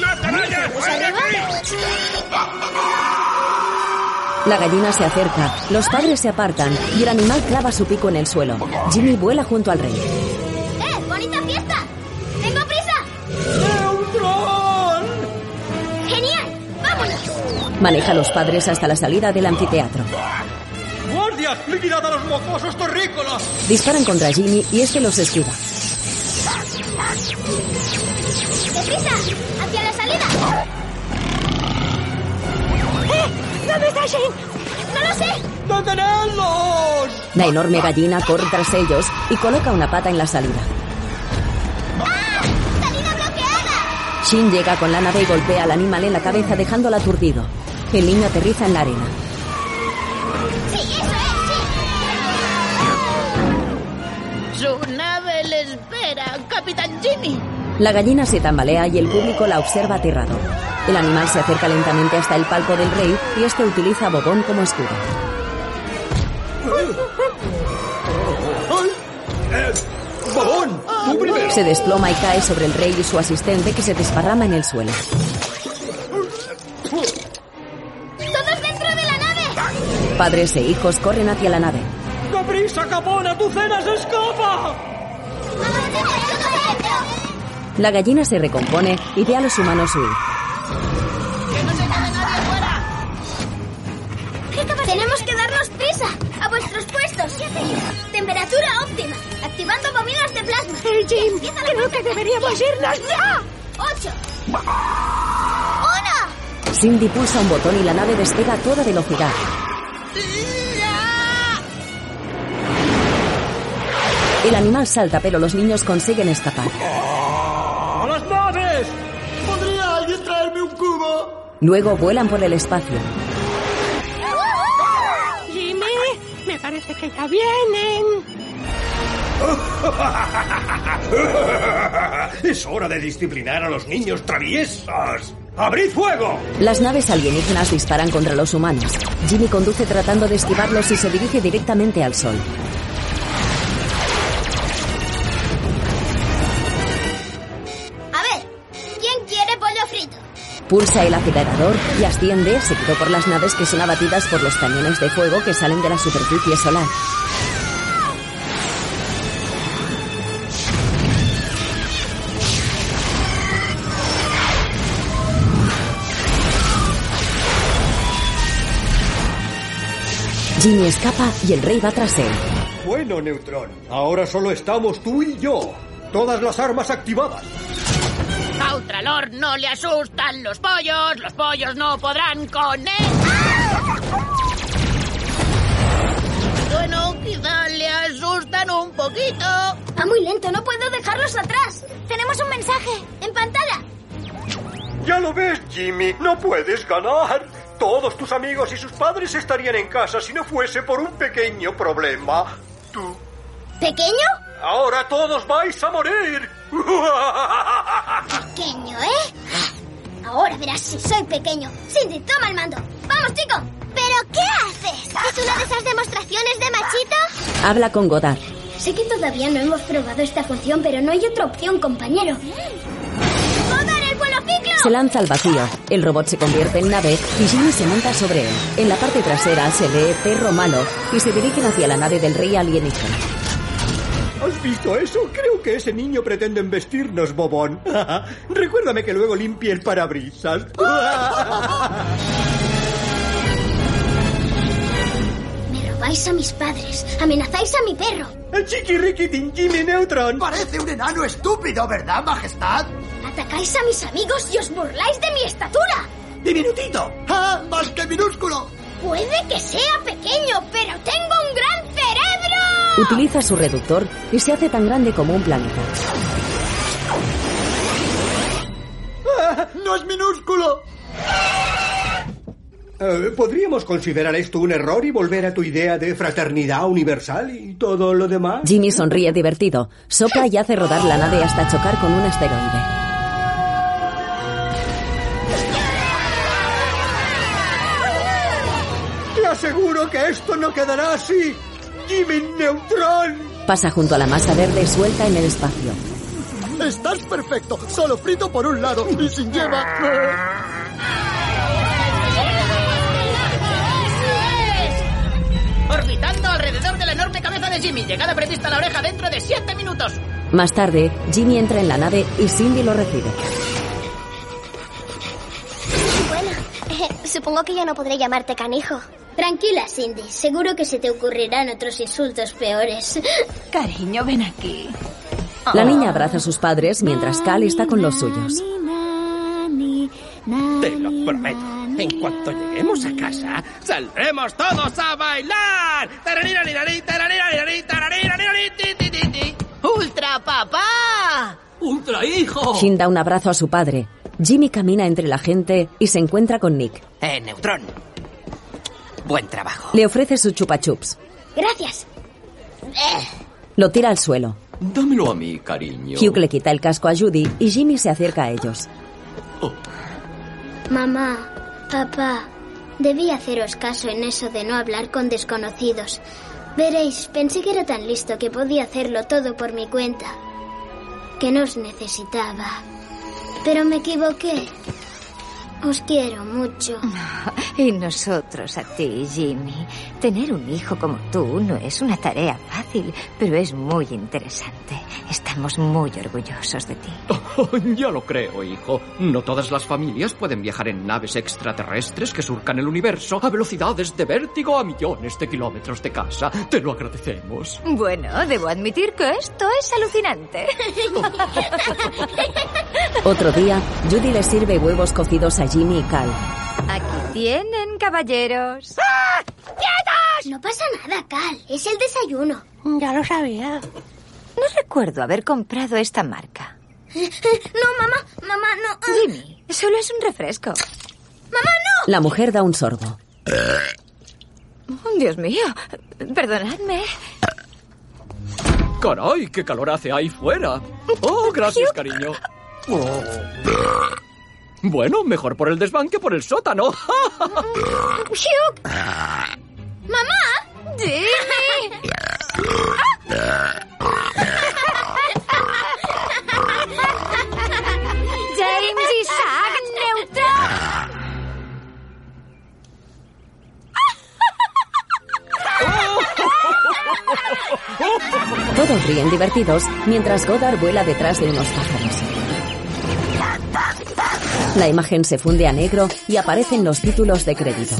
Speaker 30: ¡No te vayas!
Speaker 5: Pues
Speaker 30: ¡Fuera de
Speaker 5: arriba.
Speaker 30: aquí!
Speaker 1: La gallina se acerca, los padres se apartan y el animal clava su pico en el suelo. Jimmy vuela junto al rey.
Speaker 5: ¡Eh! ¡Bonita fiesta! ¡Tengo prisa! ¡Genial! ¡Vámonos!
Speaker 1: Maneja a los padres hasta la salida del anfiteatro.
Speaker 6: ¡Guardias! ¡Liquidad a los mocosos terrícolas!
Speaker 1: Disparan contra Jimmy y este los esquiva.
Speaker 5: ¡Deprisa! ¡Hacia la salida!
Speaker 11: ¡Eh! ¿Dónde está Shane?
Speaker 5: ¡No lo sé!
Speaker 11: ¡Detenedlos!
Speaker 1: La enorme gallina corre tras ellos y coloca una pata en la salida. Shin llega con la nave y golpea al animal en la cabeza dejándolo aturdido. El niño aterriza en la arena.
Speaker 10: Su nave le espera, Capitán Jimmy.
Speaker 1: La gallina se tambalea y el público la observa aterrado. El animal se acerca lentamente hasta el palco del rey y este utiliza a Bobón como escudo.
Speaker 6: ¡Eh! ¡Babón! ¡Tú primero!
Speaker 1: Se desploma y cae sobre el rey y su asistente que se desparrama en el suelo.
Speaker 5: ¡Todos dentro de la nave!
Speaker 1: Padres e hijos corren hacia la nave.
Speaker 6: ¡Caprisa, capona! ¡Tu cena se escapa!
Speaker 1: La gallina se recompone y ve a los humanos huir.
Speaker 5: Tenemos que darnos prisa. A vuestros puestos. Temperatura óptima. Activando bobinas de plasma. Jim, creo que deberíamos irnos ya. Ocho. Una.
Speaker 1: Cindy pulsa un botón y la nave despega a toda velocidad. El animal salta, pero los niños consiguen escapar.
Speaker 6: ¡A las naves!
Speaker 31: ¿Podría alguien traerme un cubo?
Speaker 1: Luego vuelan por el espacio.
Speaker 11: Jimmy, me parece que ya vienen.
Speaker 6: [LAUGHS] ¡Es hora de disciplinar a los niños traviesos! ¡Abrid fuego!
Speaker 1: Las naves alienígenas disparan contra los humanos. Jimmy conduce tratando de esquivarlos y se dirige directamente al sol.
Speaker 5: A ver, ¿quién quiere pollo frito?
Speaker 1: Pulsa el acelerador y asciende, seguido por las naves que son abatidas por los cañones de fuego que salen de la superficie solar. Jimmy escapa y el rey va tras él.
Speaker 14: Bueno, Neutrón, ahora solo estamos tú y yo. Todas las armas activadas.
Speaker 10: A Ultralord no le asustan los pollos, los pollos no podrán con él.
Speaker 32: Bueno, quizá le asustan un poquito.
Speaker 5: Va muy lento, no puedo dejarlos atrás. Tenemos un mensaje en pantalla.
Speaker 14: Ya lo ves, Jimmy, no puedes ganar. Todos tus amigos y sus padres estarían en casa si no fuese por un pequeño problema. Tú.
Speaker 5: ¿Pequeño?
Speaker 14: Ahora todos vais a morir. [LAUGHS]
Speaker 5: Pequeño, ¿eh? Ahora verás si soy pequeño. Cindy, toma el mando. ¡Vamos, chico!
Speaker 33: ¿Pero qué haces? ¿Es una de esas demostraciones de machito?
Speaker 1: Habla con Godard.
Speaker 5: Sé que todavía no hemos probado esta función, pero no hay otra opción, compañero. ¡Godard, el vuelo ciclo!
Speaker 1: Se lanza al vacío. El robot se convierte en nave y Jimmy se monta sobre él. En la parte trasera se lee perro malo y se dirigen hacia la nave del rey alienígena.
Speaker 14: ¿Has visto eso? Creo que ese niño pretende embestirnos, Bobón. [LAUGHS] Recuérdame que luego limpie el parabrisas.
Speaker 5: Me robáis a mis padres, amenazáis a mi perro.
Speaker 14: Chiquiriquitín Jimmy Neutron.
Speaker 12: Parece un enano estúpido, ¿verdad, majestad?
Speaker 5: Atacáis a mis amigos y os burláis de mi estatura.
Speaker 12: ¡Diminutito! ¡Ah, más que minúsculo!
Speaker 5: Puede que sea pequeño, pero tengo un gran cerebro.
Speaker 1: Utiliza su reductor y se hace tan grande como un planeta.
Speaker 12: ¡Ah, [LAUGHS] ¡No es minúsculo!
Speaker 14: Eh, ¿Podríamos considerar esto un error y volver a tu idea de fraternidad universal y todo lo demás?
Speaker 1: Jimmy sonríe divertido, sopla y hace rodar la nave hasta chocar con un asteroide.
Speaker 14: Te aseguro que esto no quedará así. Jimmy Neutron.
Speaker 1: Pasa junto a la masa verde suelta en el espacio.
Speaker 12: Estás perfecto, solo frito por un lado y sin yema.
Speaker 10: Orbitando alrededor de la enorme cabeza de Jimmy. Llegada prevista a la oreja dentro de siete minutos.
Speaker 1: Más tarde, Jimmy entra en la nave y Cindy lo recibe.
Speaker 34: Bueno, [LAUGHS] supongo que yo no podré llamarte canijo.
Speaker 5: Tranquila, Cindy. Seguro que se te ocurrirán otros insultos peores. [LAUGHS] Oh,
Speaker 6: Cariño, ven aquí.
Speaker 1: La niña abraza a sus padres mientras Cal está con los suyos.
Speaker 17: Te lo prometo. En cuanto lleguemos a casa, saldremos todos a bailar. Tararirarirari, tararirarirari, tararirarirari, ti, ti, ti, ti.
Speaker 10: ¡Ultra papá!
Speaker 35: ¡Ultra
Speaker 10: Oh.
Speaker 35: hijo!
Speaker 1: Shin da un abrazo a su padre. Jimmy camina entre la gente y se encuentra con Nick.
Speaker 9: Eh, Neutrón. Buen trabajo.
Speaker 1: Le ofrece su chupa chups.
Speaker 5: Gracias.
Speaker 1: Lo tira al suelo.
Speaker 8: Dámelo a mí, cariño.
Speaker 1: Hugh le quita el casco a Judy y Jimmy se acerca a ellos.
Speaker 5: Mamá, papá, debí haceros caso en eso de no hablar con desconocidos. Veréis, pensé que era tan listo que podía hacerlo todo por mi cuenta. Que no os necesitaba. Pero me equivoqué. Os quiero mucho.
Speaker 7: [LAUGHS] Y nosotros a ti, Jimmy. Tener un hijo como tú no es una tarea fácil, pero es muy interesante. Estamos muy orgullosos de ti.
Speaker 8: [LAUGHS] Ya lo creo, hijo. No todas las familias pueden viajar en naves extraterrestres que surcan el universo a velocidades de vértigo a millones de kilómetros de casa. Te lo agradecemos.
Speaker 6: Bueno, debo admitir que esto es
Speaker 7: [LAUGHS]
Speaker 6: alucinante.
Speaker 1: Otro día, Judy le sirve huevos cocidos a Jimmy y Cal.
Speaker 6: Aquí tienen, caballeros.
Speaker 7: ¡Ah!
Speaker 5: No pasa nada, Cal. Es el desayuno.
Speaker 36: Ya lo sabía.
Speaker 7: No recuerdo haber comprado esta marca.
Speaker 5: Eh, No, mamá, mamá, no. ah.
Speaker 7: Jimmy, solo es un refresco.
Speaker 5: ¡Mamá, no!
Speaker 1: La mujer da un sorbo.
Speaker 6: Oh, Dios mío, perdonadme.
Speaker 8: Caray, qué calor hace ahí fuera. Oh, gracias, cariño. Oh. Bueno, mejor por el desván que por el sótano. [LAUGHS]
Speaker 6: Hugh,
Speaker 5: ¡Mamá!
Speaker 6: Jimmy. James Isaac Neutron.
Speaker 1: Todos ríen divertidos mientras Godard vuela detrás de unos pájaros. La imagen se funde a negro y aparecen los títulos de crédito.